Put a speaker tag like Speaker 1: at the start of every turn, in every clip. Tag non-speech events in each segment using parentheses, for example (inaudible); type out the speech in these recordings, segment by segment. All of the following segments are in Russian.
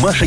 Speaker 1: Маша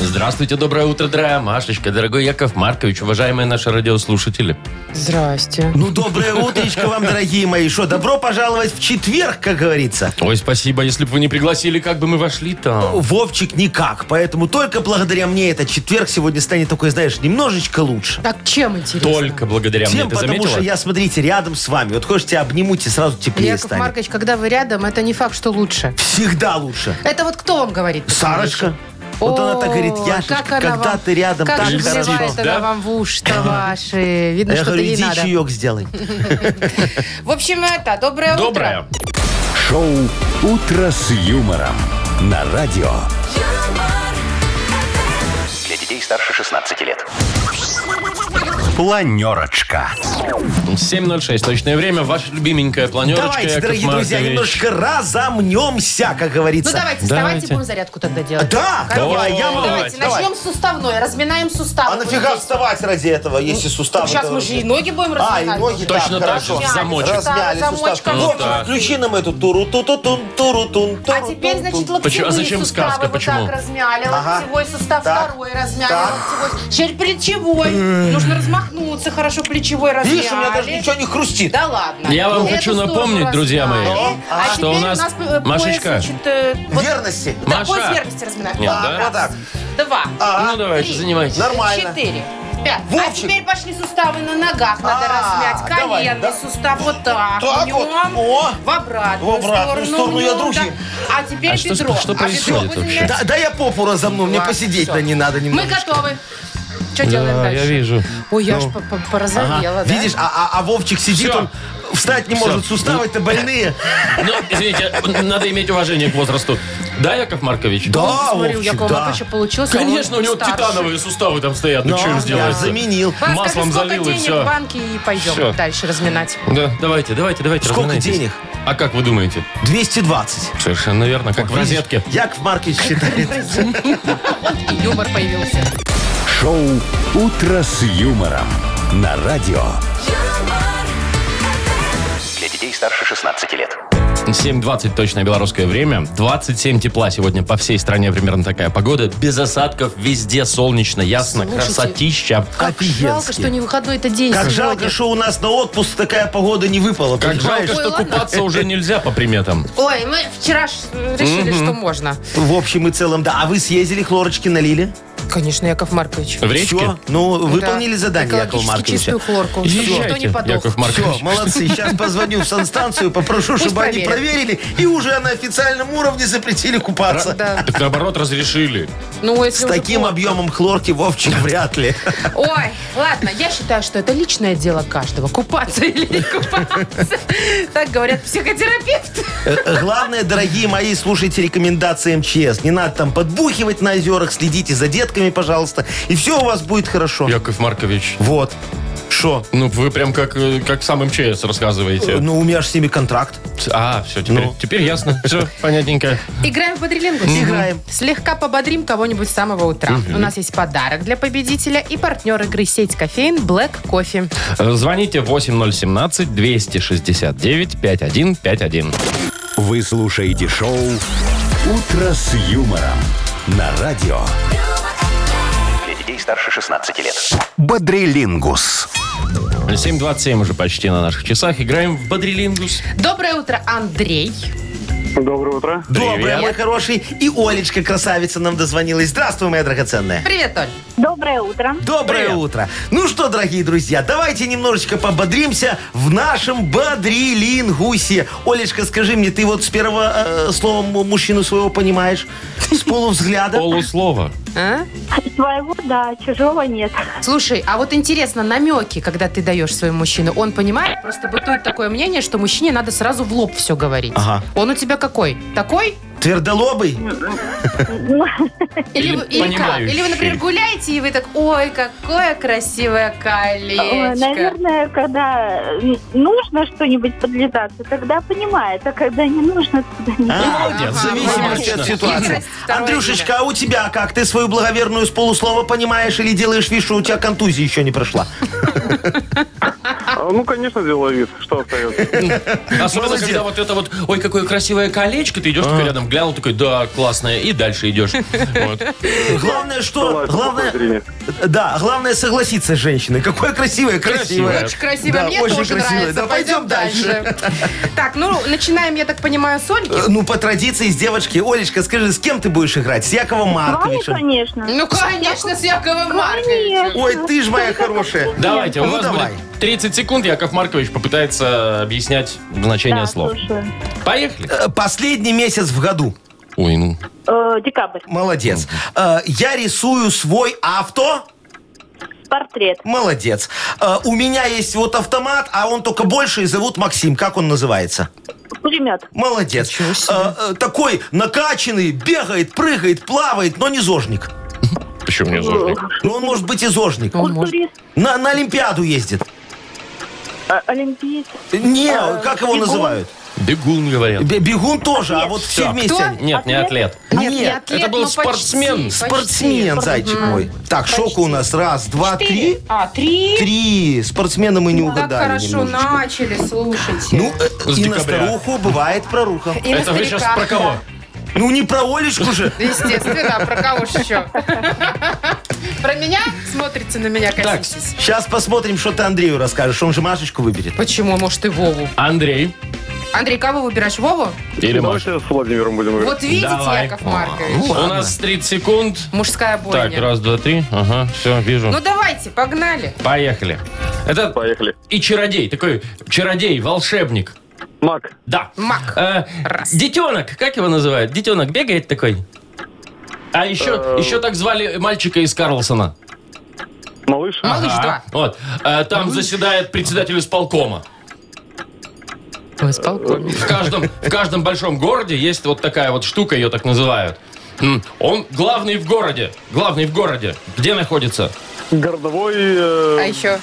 Speaker 2: Здравствуйте, доброе утро, дорогая Машечка, дорогой Яков Маркович, уважаемые наши радиослушатели.
Speaker 3: Здрасте.
Speaker 4: Ну, доброе утречко вам, дорогие мои. Шо, добро пожаловать в четверг, как говорится.
Speaker 2: Ой, спасибо, если бы вы не пригласили, как бы мы вошли там.
Speaker 4: Вовчик никак, поэтому только благодаря мне этот четверг сегодня станет такой, знаешь, немножечко лучше.
Speaker 3: Так чем интересно?
Speaker 2: Только благодаря
Speaker 4: Всем
Speaker 2: мне, ты
Speaker 4: потому
Speaker 2: заметила?
Speaker 4: что я, смотрите, рядом с вами. Вот хочешь, тебя обниму, тебе сразу теплее
Speaker 3: Яков
Speaker 4: станет.
Speaker 3: Маркович, когда вы рядом, это не факт, что лучше.
Speaker 4: Всегда лучше.
Speaker 3: Это вот кто вам говорит?
Speaker 4: Сарочка.
Speaker 3: О,
Speaker 4: Вот она так говорит, Яшечка,
Speaker 3: как она
Speaker 4: когда
Speaker 3: вам-
Speaker 4: ты рядом,
Speaker 3: как
Speaker 4: так
Speaker 3: же
Speaker 2: хорошо».
Speaker 3: вливает
Speaker 2: Да?
Speaker 3: она вам в
Speaker 4: (laughs)
Speaker 3: уши-то ваши. Видно,
Speaker 4: я
Speaker 3: что-то
Speaker 4: говорю,
Speaker 3: ей
Speaker 4: иди
Speaker 3: надо.
Speaker 4: чаек сделай.
Speaker 3: В общем, это, доброе, утро. Ну,
Speaker 2: Доброе.
Speaker 1: Шоу «Утро с юмором» на радио. Для детей старше 16 лет. Планерочка.
Speaker 2: 7.06, точное время, ваша любименькая планерочка,
Speaker 4: Давайте,
Speaker 2: Яков
Speaker 4: дорогие друзья,
Speaker 2: Маркович.
Speaker 4: немножко разомнемся, как говорится.
Speaker 3: Ну давайте,
Speaker 2: Давайте.
Speaker 3: вставайте, будем зарядку тогда делать. Ну,
Speaker 4: Да, давай, я могу.
Speaker 3: Давайте,
Speaker 4: Давай.
Speaker 3: начнем с суставной, разминаем суставы.
Speaker 4: А нафига вставать ради этого, если суставы...
Speaker 3: Сейчас мы
Speaker 4: говорите?
Speaker 3: же и ноги будем
Speaker 4: А, и
Speaker 3: разминать.
Speaker 4: ноги
Speaker 2: Точно так
Speaker 4: хорошо.
Speaker 2: же, в замочек.
Speaker 4: Размяли
Speaker 3: Замочком.
Speaker 4: сустав.
Speaker 3: Ну
Speaker 4: Вовчик,
Speaker 2: да.
Speaker 4: включи нам эту туру ту ту тун туру тун
Speaker 3: А теперь, значит, локтевые
Speaker 2: Почему- а зачем
Speaker 3: суставы
Speaker 2: сказка?
Speaker 3: вот
Speaker 2: Почему?
Speaker 3: так размяли,
Speaker 4: Ага.
Speaker 3: локтевой сустав
Speaker 4: Так.
Speaker 3: второй размяли,
Speaker 4: Так.
Speaker 3: локтевой. Теперь плечевой. Нужно размахнуться, хорошо плечевой размяли.
Speaker 4: Видишь, у меня даже ничего не хрустит.
Speaker 3: Да ладно.
Speaker 2: Я вам
Speaker 3: Эту
Speaker 2: хочу
Speaker 3: сторону
Speaker 2: напомнить, друзья мои,
Speaker 3: размяли.
Speaker 4: а
Speaker 3: а
Speaker 2: что у
Speaker 3: теперь
Speaker 2: нас-
Speaker 3: э, пояс,
Speaker 2: Машечка.
Speaker 3: значит, э, вот-
Speaker 4: Верности.
Speaker 3: Да,
Speaker 2: Маша.
Speaker 3: пояс верности разминаем.
Speaker 2: Нет,
Speaker 4: А,
Speaker 2: да?
Speaker 4: Вот так.
Speaker 3: Два.
Speaker 4: А,
Speaker 2: Ну, давайте,
Speaker 3: Три.
Speaker 2: занимайтесь.
Speaker 4: Нормально.
Speaker 3: Четыре. Пять. А
Speaker 4: Вовчик.
Speaker 3: теперь пошли суставы на ногах. Надо
Speaker 4: А,
Speaker 3: размять.
Speaker 4: давай,
Speaker 3: Коленный
Speaker 4: да.
Speaker 3: сустав вот так.
Speaker 4: Так
Speaker 3: Пнем.
Speaker 4: вот. О.
Speaker 3: В обратную,
Speaker 4: В обратную сторону, я
Speaker 3: пнем,
Speaker 4: другим.
Speaker 3: да. А теперь
Speaker 2: А что
Speaker 3: бедро.
Speaker 2: с- что
Speaker 3: А
Speaker 2: происходит
Speaker 3: бедро будем
Speaker 2: вообще?
Speaker 3: мять.
Speaker 4: Да, да я попу разомну, мне
Speaker 3: Ладно,
Speaker 4: посидеть-то
Speaker 3: всё.
Speaker 4: не надо
Speaker 3: Мы
Speaker 4: немного.
Speaker 3: готовы. Что
Speaker 2: А,
Speaker 3: делаем дальше? Ой, я
Speaker 2: Ну.
Speaker 3: аж по- по- порозовела, да?
Speaker 4: Видишь, а, а- а Вовчик сидит,
Speaker 2: Всё.
Speaker 4: он встать не может, суставы-то больные.
Speaker 2: Ну, извините, надо иметь уважение к возрасту. Да, Яков Маркович? Ну,
Speaker 4: Да,
Speaker 3: Смотри, у
Speaker 4: А, Вовчик,
Speaker 3: Якова
Speaker 4: да.
Speaker 3: Марковича получился. а он
Speaker 2: Конечно, у него
Speaker 3: старше.
Speaker 2: титановые суставы там стоят. Ну, что им
Speaker 4: Да, Я
Speaker 2: сделать?
Speaker 4: заменил.
Speaker 3: Ладно,
Speaker 2: Маслом
Speaker 3: А скажи, сколько
Speaker 2: залил, и
Speaker 3: денег
Speaker 2: всё.
Speaker 3: в банке и пойдем
Speaker 2: Всё.
Speaker 3: дальше разминать.
Speaker 2: Да, давайте, давайте, давайте.
Speaker 4: Сколько
Speaker 2: разминайтесь.
Speaker 4: денег?
Speaker 2: А как вы думаете?
Speaker 4: 220.
Speaker 2: Совершенно верно, как в
Speaker 4: Видишь,
Speaker 2: розетке.
Speaker 4: Яков Маркович считает.
Speaker 3: И юмор появился.
Speaker 1: Шоу «Утро с юмором» на радио. Для детей старше 16 лет.
Speaker 2: 7.20 точное белорусское время. 27 тепла сегодня по всей стране примерно такая погода. Без осадков, везде солнечно, ясно,
Speaker 3: Слушайте.
Speaker 2: красотища.
Speaker 3: Как жалко, что не выходной-то день
Speaker 4: Как
Speaker 3: сегодня.
Speaker 4: жалко, что у нас на отпуск такая погода не выпала.
Speaker 2: Как жалко,
Speaker 4: понимаешь?
Speaker 2: что
Speaker 3: Ой, ладно.
Speaker 2: купаться уже нельзя по приметам.
Speaker 3: Ой, мы вчера ж, э, решили, что можно.
Speaker 4: В общем и целом, да. А вы съездили, хлорочки налили?
Speaker 3: Конечно, Яков Маркович.
Speaker 2: В речке?
Speaker 4: Все, ну, выполнили
Speaker 3: Да.
Speaker 4: задание, Якова
Speaker 3: Экологически
Speaker 4: Марковича.
Speaker 3: чистую хлорку, чтобы никто не
Speaker 2: Езжайте,
Speaker 3: подох.
Speaker 2: Яков
Speaker 4: Все,
Speaker 2: Маркович.
Speaker 4: молодцы. Сейчас позвоню в санстанцию, попрошу,
Speaker 3: Пусть
Speaker 4: чтобы они проверили. И уже на официальном уровне запретили купаться.
Speaker 3: Да.
Speaker 2: Так наоборот, разрешили.
Speaker 3: Ну, если
Speaker 4: С
Speaker 3: уже
Speaker 4: таким
Speaker 3: плохо.
Speaker 4: объемом хлорки, Вовчик, (laughs) вряд ли.
Speaker 3: Ой, ладно, я считаю, что это личное дело каждого. Купаться (laughs) или не купаться. Так говорят психотерапевты.
Speaker 4: Э, э, Главное, дорогие мои, слушайте рекомендации МЧС. Не надо там подбухивать на озерах, следите за детками, пожалуйста. И все у вас будет хорошо.
Speaker 2: Яков Маркович,
Speaker 4: Вот. Что?
Speaker 2: ну вы прям как, э, как сам МЧС рассказываете.
Speaker 4: Ну, у меня же с ними контракт.
Speaker 2: А, все, теперь,
Speaker 4: Ну.
Speaker 2: теперь ясно. Все, понятненько.
Speaker 3: Играем в бодрилингу?
Speaker 4: Играем.
Speaker 3: Слегка пободрим кого-нибудь с самого утра. У нас есть подарок для победителя и партнер игры сеть кофеин Black Кофе.
Speaker 2: Э, Звоните 8017-269-5151.
Speaker 1: Вы слушаете шоу «Утро с юмором» на радио. Для детей старше 16 лет. Бодрилингус.
Speaker 2: 7.27 уже почти на наших часах. Играем в Бодрилингус.
Speaker 3: Доброе утро, Андрей.
Speaker 5: Доброе утро.
Speaker 4: Доброе, мой хороший. И Олечка, красавица, нам дозвонилась. Здравствуй, моя драгоценная.
Speaker 3: Привет, Оль.
Speaker 6: Доброе утро.
Speaker 4: Доброе
Speaker 2: Привет.
Speaker 4: утро. Ну что, дорогие друзья, давайте немножечко пободримся в нашем бодрилингусе. Олечка, скажи мне, ты вот с первого э, слова му- мужчину своего понимаешь? С
Speaker 2: (laughs)
Speaker 4: полувзгляда?
Speaker 2: Полуслова.
Speaker 3: А?
Speaker 6: Своего, да, чужого нет.
Speaker 3: Слушай, а вот интересно, намеки, когда ты даешь своему мужчину, он понимает, просто бытует такое мнение, что мужчине надо сразу в лоб все говорить.
Speaker 4: Ага.
Speaker 3: Он у тебя какой? Такой?
Speaker 4: Твердолобый?
Speaker 6: Ну,
Speaker 3: Или, вы- или как?
Speaker 2: понимающий.
Speaker 3: Или вы, например, гуляете, и вы так, ой, какое красивое
Speaker 6: э,
Speaker 3: колечко.
Speaker 6: Наверное, когда э, нужно что-нибудь подлизаться, тогда понимает, а когда не нужно, тогда не
Speaker 4: А,
Speaker 6: понимает.
Speaker 2: Молодец,
Speaker 4: В зависимости
Speaker 2: Конечно.
Speaker 4: от ситуации.
Speaker 3: Хитрость второе
Speaker 4: Андрюшечка, а у тебя как? Ты свою благоверную с полуслова понимаешь или делаешь вид, что у тебя контузия еще не прошла?
Speaker 5: А, Ну, конечно, делаю вид,
Speaker 2: (laughs)
Speaker 5: что остается.
Speaker 2: Особенно,
Speaker 4: Молодец.
Speaker 2: когда вот это вот, ой, какое красивое колечко, ты идешь такой рядом, глянул, такой, да, классное, и дальше идешь. (laughs) Вот.
Speaker 4: Главное, что...
Speaker 5: Согласен,
Speaker 4: Главное...
Speaker 5: какое зрение.
Speaker 4: Да, главное согласиться с женщиной. Какое красивое, красивое.
Speaker 2: Очень
Speaker 3: Красиво,
Speaker 4: Да,
Speaker 3: мне
Speaker 4: очень
Speaker 3: тоже
Speaker 4: красивое.
Speaker 3: нравится.
Speaker 4: Да, пойдем дальше.
Speaker 3: Так, ну, начинаем, я так понимаю, с Ольги.
Speaker 4: Э, Ну, по традиции с девочки. Олечка, скажи, с кем ты будешь играть? С Яковом
Speaker 6: С вами,
Speaker 4: Марковичем?
Speaker 6: конечно. Ну,
Speaker 3: Ну, конечно, с Яковом
Speaker 6: Конечно.
Speaker 3: Марковичем.
Speaker 4: Ой, ты ж моя хорошая.
Speaker 2: Давайте, у
Speaker 4: Ну,
Speaker 2: вас
Speaker 4: давай.
Speaker 2: будет 30 секунд, Яков Маркович попытается объяснять значение
Speaker 6: Да,
Speaker 2: слов.
Speaker 6: слушаю.
Speaker 2: Поехали.
Speaker 4: Э, Последний месяц в году.
Speaker 2: Ой, ну.
Speaker 6: Э, Декабрь.
Speaker 4: Молодец. Э, Я рисую свой авто.
Speaker 6: Портрет.
Speaker 4: Молодец. Э, У меня есть вот автомат, а он только больше и зовут Максим. Как он называется?
Speaker 6: Пулемет.
Speaker 4: Молодец. Э, э, Такой накачанный, бегает, прыгает, плавает, но не зожник.
Speaker 2: Почему не зожник?
Speaker 4: Но Ну, он может быть и зожник.
Speaker 6: Культурист.
Speaker 4: На, на Олимпиаду ездит.
Speaker 6: э, Олимпиец.
Speaker 4: Не,
Speaker 2: А,
Speaker 4: как его называют?
Speaker 3: Э,
Speaker 2: Бегун, говорят.
Speaker 4: Бе- Бегун тоже, а вот все
Speaker 2: Кто?
Speaker 4: вместе.
Speaker 2: Нет, не
Speaker 6: Атлет?
Speaker 2: атлет.
Speaker 3: Нет, не
Speaker 4: А Нет,
Speaker 3: атлет,
Speaker 2: это был
Speaker 3: но почти,
Speaker 2: спортсмен.
Speaker 3: почти.
Speaker 4: Спортсмен, зайчик мой. Так, шока у нас. Раз, два,
Speaker 3: Четыре.
Speaker 4: три.
Speaker 3: А, три.
Speaker 4: Три. Спортсмена мы не
Speaker 3: Так
Speaker 4: угадали.
Speaker 3: хорошо
Speaker 4: немножечко.
Speaker 3: начали, слушайте.
Speaker 4: Ну, э,
Speaker 2: С
Speaker 4: и на
Speaker 2: декабря.
Speaker 4: старуху бывает проруха.
Speaker 3: И на
Speaker 2: Это вы сейчас
Speaker 3: старика.
Speaker 2: про кого?
Speaker 4: Ну, не про Олечку же.
Speaker 3: Да, Естественно, а про кого ж еще? Про меня? Смотрите на меня,
Speaker 2: Так.
Speaker 3: коситесь.
Speaker 4: Сейчас посмотрим, что ты Андрею расскажешь. Он же Машечку выберет.
Speaker 3: Почему? Может, и Вову.
Speaker 2: Андрей
Speaker 3: Андрей, кого выбираешь? Вову?
Speaker 2: или Маша?
Speaker 5: Ну, Давайте с Владимиром будем играть.
Speaker 3: Вот видите,
Speaker 2: Давай.
Speaker 3: Яков Маркович.
Speaker 2: У нас 30 секунд.
Speaker 3: Мужская
Speaker 2: Так,
Speaker 3: бойня.
Speaker 2: раз, два, три. Ага, все, вижу.
Speaker 3: Ну давайте, погнали.
Speaker 2: Поехали. Это
Speaker 5: Поехали.
Speaker 2: и чародей, такой чародей, волшебник.
Speaker 5: Мак.
Speaker 2: Да.
Speaker 3: Мак.
Speaker 2: Э,
Speaker 3: Раз.
Speaker 2: детенок, как его называют? Детенок бегает такой. А еще,
Speaker 5: Э,
Speaker 2: еще так звали мальчика из Карлсона.
Speaker 5: Малыш.
Speaker 2: А.
Speaker 3: Малыш два.
Speaker 2: Вот. Э, там заседает председатель исполкома.
Speaker 3: Ой, исполком.
Speaker 2: В каждом, в каждом большом городе есть вот такая вот штука, ее так называют. М, Он главный в городе. Главный в городе. Где находится?
Speaker 5: Городовой. э,
Speaker 3: А еще.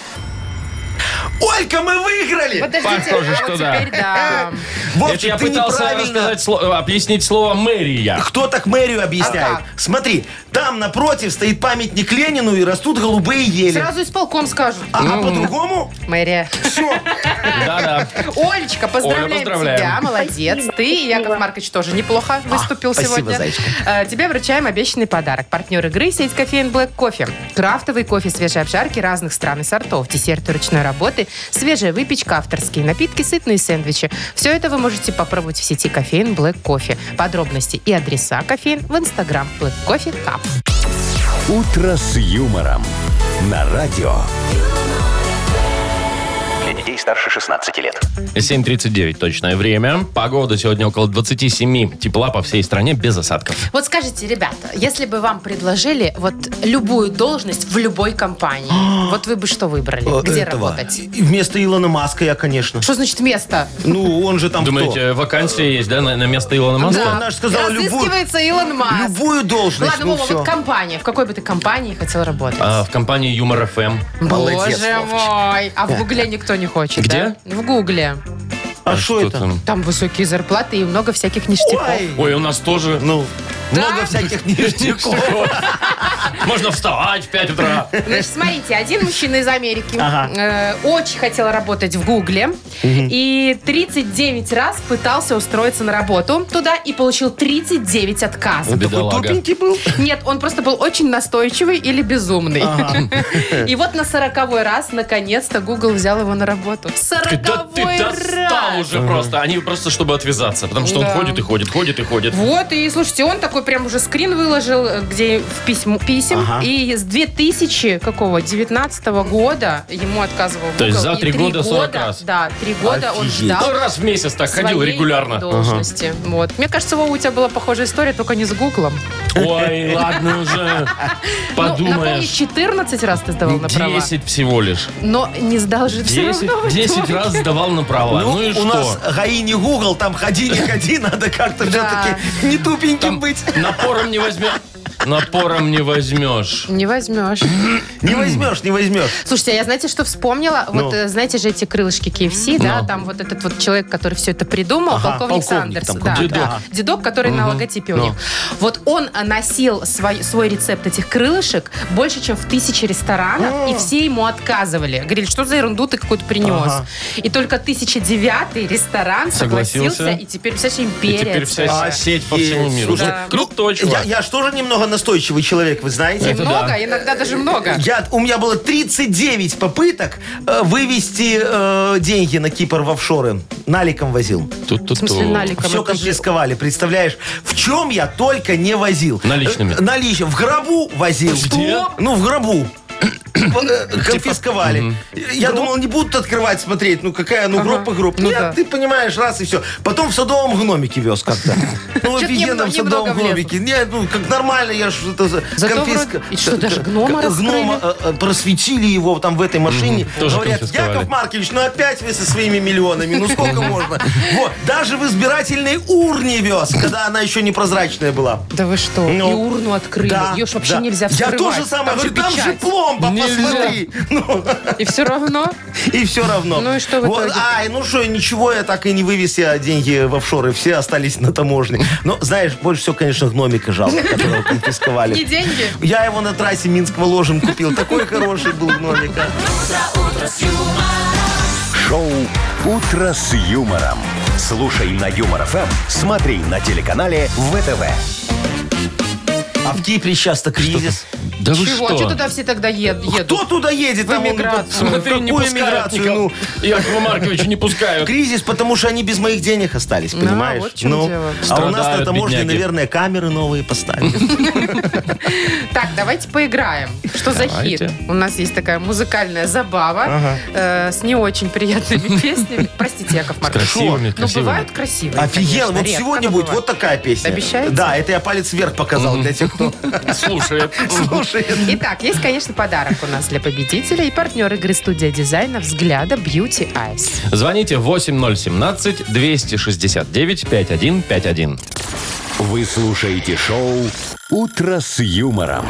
Speaker 4: Олька, мы выиграли!
Speaker 3: Подождите,
Speaker 2: Похоже,
Speaker 3: а
Speaker 2: что
Speaker 3: вот
Speaker 2: да. Э,
Speaker 3: теперь да.
Speaker 4: Вовчик,
Speaker 2: Это я
Speaker 4: ты
Speaker 2: пытался
Speaker 4: неправильно.
Speaker 2: рассказать, сло- э, объяснить слово мэрия.
Speaker 4: Кто так мэрию объясняет?
Speaker 3: А как?
Speaker 4: Смотри, там напротив стоит памятник Ленину и растут голубые ели.
Speaker 3: Сразу исполком скажут.
Speaker 4: А, а по-другому?
Speaker 3: Мэрия.
Speaker 4: Все.
Speaker 2: Да-да.
Speaker 3: Олечка, поздравляем,
Speaker 2: Оля, поздравляем.
Speaker 3: тебя, молодец.
Speaker 6: Спасибо,
Speaker 3: Ты и Яков
Speaker 6: спасибо.
Speaker 3: Маркович тоже неплохо выступил
Speaker 4: спасибо,
Speaker 3: сегодня.
Speaker 4: зайчка.
Speaker 3: Э, Тебе вручаем обещанный подарок. Партнер игры – сеть кофеин Black Кофе. Крафтовый кофе свежей обжарки разных стран и сортов, десерты ручной работы, свежая выпечка, авторские напитки, сытные сэндвичи. Все это вы можете попробовать в сети кофеин Black Кофе. Подробности и адреса кофеин в инстаграм Black Кофе Cup.
Speaker 1: «Утро с юмором» на радио.
Speaker 7: Для детей старше 16 лет.
Speaker 2: 7.39 точное время. Погода сегодня около 27. Тепла по всей стране без осадков.
Speaker 3: Вот скажите, ребята, если бы вам предложили вот любую должность в любой компании, вот вы бы что выбрали? Где
Speaker 4: Э, Этого.
Speaker 3: работать?
Speaker 4: И Вместо Илона Маска я, конечно.
Speaker 3: Что значит место?
Speaker 4: Ну, он же там кто?
Speaker 2: Думаете, вакансия есть, да, на, на место Илона Маска?
Speaker 4: Да. она же сказала, любую-
Speaker 3: Разыскивается Илон Маск.
Speaker 4: Любую должность.
Speaker 3: Ладно,
Speaker 4: ну,
Speaker 3: Вова,
Speaker 4: все.
Speaker 3: вот компания. В какой бы ты компании хотел работать?
Speaker 2: А, в компании Юмор Эм. ФМ.
Speaker 4: Молодец,
Speaker 3: Боже
Speaker 4: Вовчик.
Speaker 3: мой. А в Гугле никто не хочет,
Speaker 2: Где?
Speaker 3: да? В Гугле.
Speaker 2: Э,
Speaker 4: А что это?
Speaker 2: там?
Speaker 3: Там высокие зарплаты и много всяких ништяков.
Speaker 4: Ой.
Speaker 2: Ой, у нас
Speaker 4: (laughs)
Speaker 2: тоже.
Speaker 4: Ну,
Speaker 3: Да?
Speaker 4: много
Speaker 2: (laughs)
Speaker 4: всяких ништяков.
Speaker 2: Можно вставать в 5 утра.
Speaker 3: Значит, смотрите, один мужчина из Америки
Speaker 4: Ага.
Speaker 3: э, очень хотел работать в Гугле и 39 раз пытался устроиться на работу туда и получил 39 отказов.
Speaker 4: Такой
Speaker 2: Бедолага.
Speaker 4: тупенький был.
Speaker 3: Нет, он просто был очень настойчивый или безумный. (laughs) И вот на сороковой раз, наконец-то, Google взял его на
Speaker 2: Да
Speaker 3: работу.
Speaker 2: ты
Speaker 3: Сороковой
Speaker 2: достал
Speaker 3: раз!
Speaker 2: уже просто. Они просто, чтобы отвязаться. Потому что он
Speaker 3: Да.
Speaker 2: ходит и ходит, ходит и ходит.
Speaker 3: Вот, и слушайте, он такой прям уже скрин выложил, э, где в письм, писем,
Speaker 4: Ага.
Speaker 3: и с 2000 какого, 19 года ему отказывал
Speaker 2: То есть
Speaker 3: Google,
Speaker 2: за
Speaker 3: и
Speaker 2: три года 40 раз.
Speaker 3: Да, три года он
Speaker 4: Офигеть.
Speaker 2: Ну,
Speaker 3: ждал
Speaker 2: раз в месяц так ходил
Speaker 3: своей
Speaker 2: регулярно.
Speaker 3: должности. Вот. Мне кажется, Вова, у тебя была похожая история, только не с Гуглом.
Speaker 2: Ой, ладно уже.
Speaker 3: Ну, напомню,
Speaker 2: Подумаешь.
Speaker 3: 14 раз ты сдавал на права.
Speaker 2: 10 всего лишь.
Speaker 3: Но не сдал же все
Speaker 2: 10,
Speaker 3: равно. в итоге.
Speaker 2: 10 раз сдавал на права. Ну, и
Speaker 4: у у нас
Speaker 2: что?
Speaker 4: ГАИ не Google, там
Speaker 2: (laughs)
Speaker 4: ходи, не ходи, надо как-то все-таки не тупеньким
Speaker 2: Там
Speaker 4: быть.
Speaker 2: напором не возьмешь. Напором не возьмешь.
Speaker 3: Не возьмешь.
Speaker 2: (clears throat)
Speaker 4: Не возьмешь, не возьмешь.
Speaker 3: Слушайте, а я знаете, что вспомнила?
Speaker 4: Ну.
Speaker 3: Вот э, знаете же эти крылышки KFC, да?
Speaker 2: Ну.
Speaker 3: Там вот этот вот человек, который все это придумал,
Speaker 4: Ага,
Speaker 3: полковник,
Speaker 4: полковник
Speaker 3: Сандерс.
Speaker 4: там
Speaker 3: да,
Speaker 2: какой-то.
Speaker 3: да.
Speaker 2: Дедок.
Speaker 3: Дедок, который на логотипе у
Speaker 2: Ну.
Speaker 3: них. Вот он а, носил свой, свой рецепт этих крылышек больше, чем в тысяче ресторанов, и все ему отказывали. Говорили, что за ерунду ты какую-то принес.
Speaker 4: Ага.
Speaker 3: И только 1009 ресторан согласился,
Speaker 2: Согласился.
Speaker 3: и теперь, вся
Speaker 2: И
Speaker 3: империя.
Speaker 2: теперь вся
Speaker 3: целая.
Speaker 2: А, сеть по всему миру.
Speaker 4: Слушай,
Speaker 3: Да.
Speaker 2: Ну, Крутой
Speaker 4: Я,
Speaker 2: чувак.
Speaker 4: я ж тоже немного настойчивый человек, вы знаете.
Speaker 2: Это
Speaker 3: Много,
Speaker 2: да.
Speaker 3: иногда даже много.
Speaker 4: Я, у меня было 39 попыток э, вывести э, деньги на Кипр в офшоры. Наликом возил.
Speaker 3: В смысле, наликом.
Speaker 4: Все
Speaker 3: это же-
Speaker 4: конфисковали, представляешь? В чем я только не возил?
Speaker 2: Наличными.
Speaker 4: Э, Наличными. В гробу возил.
Speaker 2: Где? Типа,
Speaker 4: Ну, в гробу. Э, Конфисковали. Я думал, не будут открывать, смотреть, ну какая, ну гроб и гроб.
Speaker 3: Ну
Speaker 4: Нет,
Speaker 3: да.
Speaker 4: ты понимаешь, раз и все. Потом в садовом гномике вез
Speaker 3: (laughs)
Speaker 4: как-то. Ну,
Speaker 3: Чё-то
Speaker 4: офигенно
Speaker 3: немного-
Speaker 4: в садовом
Speaker 3: немного
Speaker 4: гномике. Нет, ну как нормально, я ж это за-
Speaker 3: Зато
Speaker 4: конфиска-
Speaker 3: вроде- и что, даже гнома
Speaker 4: К- Гнома э, э, просветили его там в этой машине.
Speaker 2: тоже
Speaker 4: Говорят,
Speaker 2: конфисковали.
Speaker 4: Яков Маркович, ну опять вы со своими миллионами, ну сколько можно? Вот, даже в избирательной урне вез, когда она еще непрозрачная была.
Speaker 3: Да вы что,
Speaker 4: Ну,
Speaker 3: и урну открыли.
Speaker 4: Да,
Speaker 3: Ее ж вообще
Speaker 4: да.
Speaker 3: нельзя
Speaker 4: Я
Speaker 3: вскрывать.
Speaker 4: тоже самое.
Speaker 3: Там же
Speaker 4: говорю, Там же
Speaker 3: печать.
Speaker 4: пломба,
Speaker 2: Нельзя.
Speaker 4: посмотри. Ну,
Speaker 3: И все равно.
Speaker 4: и все равно.
Speaker 3: Ну и что в
Speaker 4: Вот,
Speaker 3: итоге?
Speaker 4: Ай, ну что, ничего, я так и не вывез я деньги в офшоры. Все остались на таможне. Но, знаешь, больше всего, конечно, гномика жалко,
Speaker 3: (laughs)
Speaker 4: которого
Speaker 3: Не
Speaker 4: конфисковали.
Speaker 3: деньги.
Speaker 4: Я его на трассе Минского ложем купил. Такой хороший был гномик. а.
Speaker 1: Шоу «Утро с юмором». Слушай на Юмор ФМ, смотри на телеканале ВТВ.
Speaker 4: А в Кипре сейчас-то кризис.
Speaker 2: Да вы
Speaker 3: Чего?
Speaker 2: что?
Speaker 3: Чего туда все тогда ед- едут?
Speaker 4: Кто туда едет?
Speaker 3: В
Speaker 4: Там он-
Speaker 3: эмиграцию.
Speaker 2: Смотри, не
Speaker 4: Какую
Speaker 2: пускают
Speaker 4: эмиграцию?
Speaker 2: Никол...
Speaker 4: Ну,
Speaker 2: Якова Марковича не пускают.
Speaker 4: Кризис, потому что они без моих денег остались,
Speaker 3: Да,
Speaker 4: понимаешь?
Speaker 3: вот в чем дело.
Speaker 4: а у нас
Speaker 2: Страдают
Speaker 4: на таможне,
Speaker 2: бедняги.
Speaker 4: наверное, камеры новые поставили.
Speaker 3: Так, давайте поиграем. Что за
Speaker 2: Давайте.
Speaker 3: хит? У нас есть такая музыкальная забава э, с не очень
Speaker 4: (laughs)
Speaker 3: приятными песнями. Простите, Яков Маркович.
Speaker 2: красивыми,
Speaker 3: Ну,
Speaker 2: красивыми.
Speaker 3: бывают красивые,
Speaker 4: Офигенно,
Speaker 3: конечно,
Speaker 4: вот
Speaker 3: редко,
Speaker 4: сегодня
Speaker 3: но
Speaker 4: будет
Speaker 3: бывают.
Speaker 4: вот такая песня.
Speaker 3: Обещаете?
Speaker 4: Да, это я палец вверх показал для тех, кто
Speaker 2: Слушай,
Speaker 4: слушает.
Speaker 3: Итак, есть, конечно, подарок у нас для победителя и партнер игры студия дизайна «Взгляда Beauty Eyes».
Speaker 2: звоните 8017-269-5151.
Speaker 1: Вы слушаете шоу «Утро с юмором».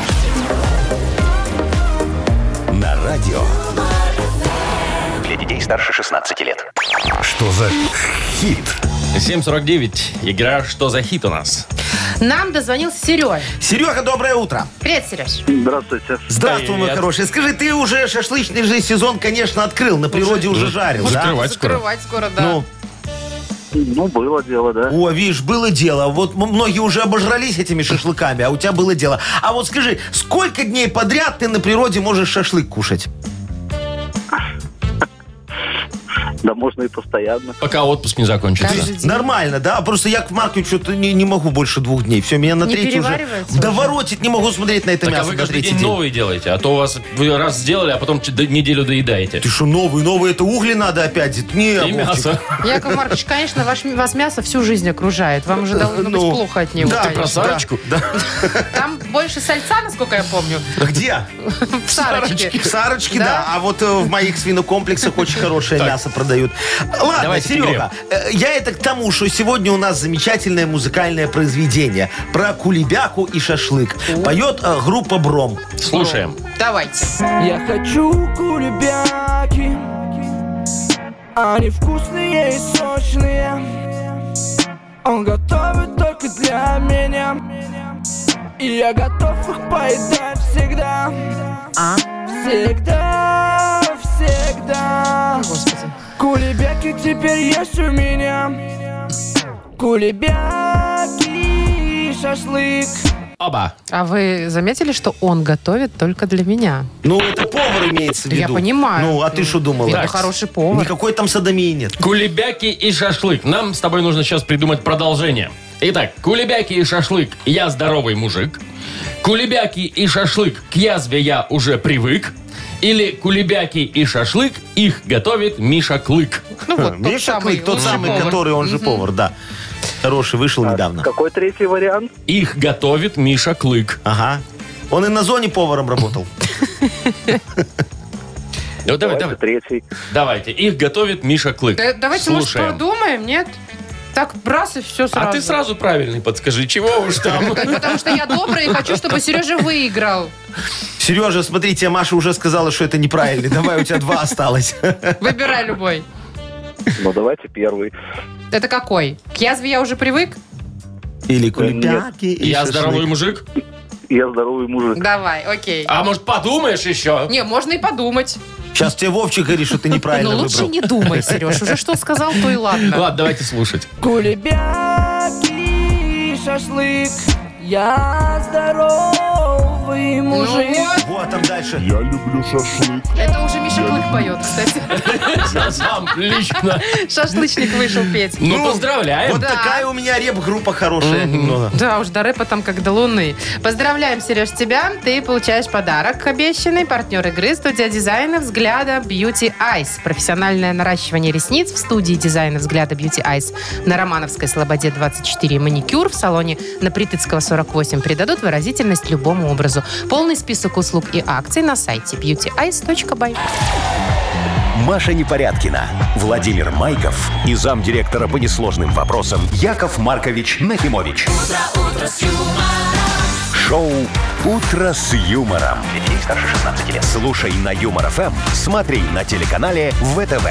Speaker 1: На радио.
Speaker 7: Для детей старше 16 лет.
Speaker 1: Что за хит?
Speaker 2: 7.49. Игра «Что за хит у нас?»
Speaker 3: Нам дозвонился Сереж.
Speaker 4: Серега, доброе утро.
Speaker 3: Привет, Сереж.
Speaker 5: Здравствуйте.
Speaker 4: Здравствуй, мой
Speaker 2: Привет.
Speaker 4: хороший. Скажи, ты уже шашлычный же сезон, конечно, открыл, на природе
Speaker 2: ну,
Speaker 4: уже жарил, да?
Speaker 2: Закрывать скоро.
Speaker 3: Закрывать скоро, да.
Speaker 4: Ну,
Speaker 5: Ну, было дело, да.
Speaker 4: о, видишь, было дело. Вот м- многие уже обожрались этими шашлыками, а у тебя было дело. А вот скажи, сколько дней подряд ты на природе можешь шашлык кушать?
Speaker 5: Да можно и постоянно.
Speaker 2: Пока отпуск не закончится.
Speaker 3: Каждый день.
Speaker 4: Нормально, да? Просто я к Марковичу что-то не, не могу больше двух дней. Все, меня на
Speaker 3: Не
Speaker 4: третий уже...
Speaker 3: переваривается
Speaker 4: Да
Speaker 3: уже?
Speaker 4: воротит, не могу смотреть на это
Speaker 2: Так а
Speaker 4: мясо
Speaker 2: вы
Speaker 4: на
Speaker 2: каждый
Speaker 4: третий
Speaker 2: день
Speaker 4: день.
Speaker 2: новые делаете, а то у вас вы раз сделали, а потом ч- до- неделю доедаете.
Speaker 4: Ты что, новый, новый, это угли надо опять? Не,
Speaker 2: И
Speaker 4: Вовчик.
Speaker 2: мясо.
Speaker 3: Яков Маркович, конечно, ваш- вас мясо всю жизнь окружает. Вам уже должно
Speaker 4: Ну,
Speaker 3: быть плохо от него.
Speaker 4: да,
Speaker 3: конечно.
Speaker 2: про Сарочку?
Speaker 4: Да.
Speaker 3: Там больше сальца, насколько я помню,
Speaker 4: Да. Где?
Speaker 3: в Сарочке.
Speaker 4: В Сарочке,
Speaker 3: Да?
Speaker 4: да. А вот э, в моих свинокомплексах очень хорошее мясо продают. Ладно,
Speaker 2: Давайте к
Speaker 4: Серега, э, я это к тому, что сегодня у нас замечательное музыкальное произведение про кулебяку и шашлык. Поет э, группа Бром.
Speaker 2: Слушаем.
Speaker 3: Давайте.
Speaker 8: Я хочу кулебяки Они вкусные и сочные Он готовит только для меня И я готов их поедать всегда Всегда, всегда
Speaker 3: Господи.
Speaker 8: Кулебяки теперь есть у меня Кулебяки и шашлык
Speaker 2: Оба.
Speaker 3: А вы заметили, что он готовит только для меня?
Speaker 4: Ну, это повар имеется в виду.
Speaker 3: Я понимаю.
Speaker 4: Ну, а ты что думала?
Speaker 3: Это
Speaker 2: Так.
Speaker 3: хороший повар.
Speaker 4: Никакой там садомии нет.
Speaker 2: Кулебяки и шашлык. Нам с тобой нужно сейчас придумать продолжение. Итак, кулебяки и шашлык. Я здоровый мужик. Кулебяки и шашлык. К язве я уже привык. Или кулебяки и шашлык. Их готовит Миша Клык.
Speaker 3: Ну вот, тот
Speaker 4: Видишь,
Speaker 3: самый,
Speaker 4: шашлык, тот
Speaker 3: лучший
Speaker 4: самый,
Speaker 3: повар.
Speaker 4: который, он же повар, да. Хороший, вышел недавно.
Speaker 5: Какой третий вариант?
Speaker 2: Их готовит Миша Клык. (laughs)
Speaker 4: Ага. Он и на зоне поваром работал.
Speaker 2: Ну, давай, давай.
Speaker 5: Давайте третий.
Speaker 2: Давайте. Их готовит Миша Клык.
Speaker 3: Да, Э, давайте,
Speaker 4: а
Speaker 2: Слушаем.
Speaker 3: может, подумаем, нет? Так раз и все сразу.
Speaker 2: А ты сразу правильный подскажи, чего уж там.
Speaker 3: Потому что я добрый и хочу, чтобы Сережа выиграл.
Speaker 4: Сережа, смотрите, Маша уже сказала, что это неправильно. Давай, у тебя два осталось.
Speaker 3: Выбирай любой.
Speaker 5: Ну, давайте первый.
Speaker 3: Это какой? К язве я уже привык?
Speaker 4: Или кулебяки, и
Speaker 2: Я
Speaker 4: шашлык.
Speaker 2: здоровый мужик.
Speaker 5: Я здоровый мужик.
Speaker 3: Давай, окей.
Speaker 2: А может, подумаешь еще?
Speaker 3: Не, можно и подумать.
Speaker 4: Сейчас тебе Вовчик говорит, что ты неправильно
Speaker 3: Но Ну, лучше
Speaker 4: выбрал.
Speaker 3: не думай, Сереж. Уже что сказал, то и ладно.
Speaker 2: Ладно, давайте слушать.
Speaker 8: Кулебяки, шашлык, я здоровый
Speaker 3: Ну
Speaker 8: мужик.
Speaker 3: вот,
Speaker 4: Вот, там дальше.
Speaker 9: Я люблю шашлык.
Speaker 3: это уже Миша Клык поет, кстати. (laughs)
Speaker 2: Сам лично.
Speaker 3: Шашлычник вышел петь.
Speaker 2: Ну, поздравляем.
Speaker 4: Вот
Speaker 3: Да.
Speaker 4: такая у меня реп-группа хорошая немного.
Speaker 3: Да, уж до рэпа там как до луны. Поздравляем, Сереж, тебя. Ты получаешь подарок обещанный. Партнер игры студия дизайна «Взгляда Beauty Eyes». Профессиональное наращивание ресниц в студии дизайна «Взгляда Beauty Eyes» на Романовской Слободе 24 маникюр в салоне на Притыцкого 48 придадут выразительность любому образу. Полный список услуг и акций на сайте beautyeyes.by.
Speaker 1: Маша Непорядкина, Владимир Майков и замдиректора по несложным вопросам Яков Маркович Нахимович. Шоу Утро с юмором.
Speaker 7: Для детей старше 16 лет.
Speaker 1: Слушай на юмор ФМ, смотри на телеканале ВТВ.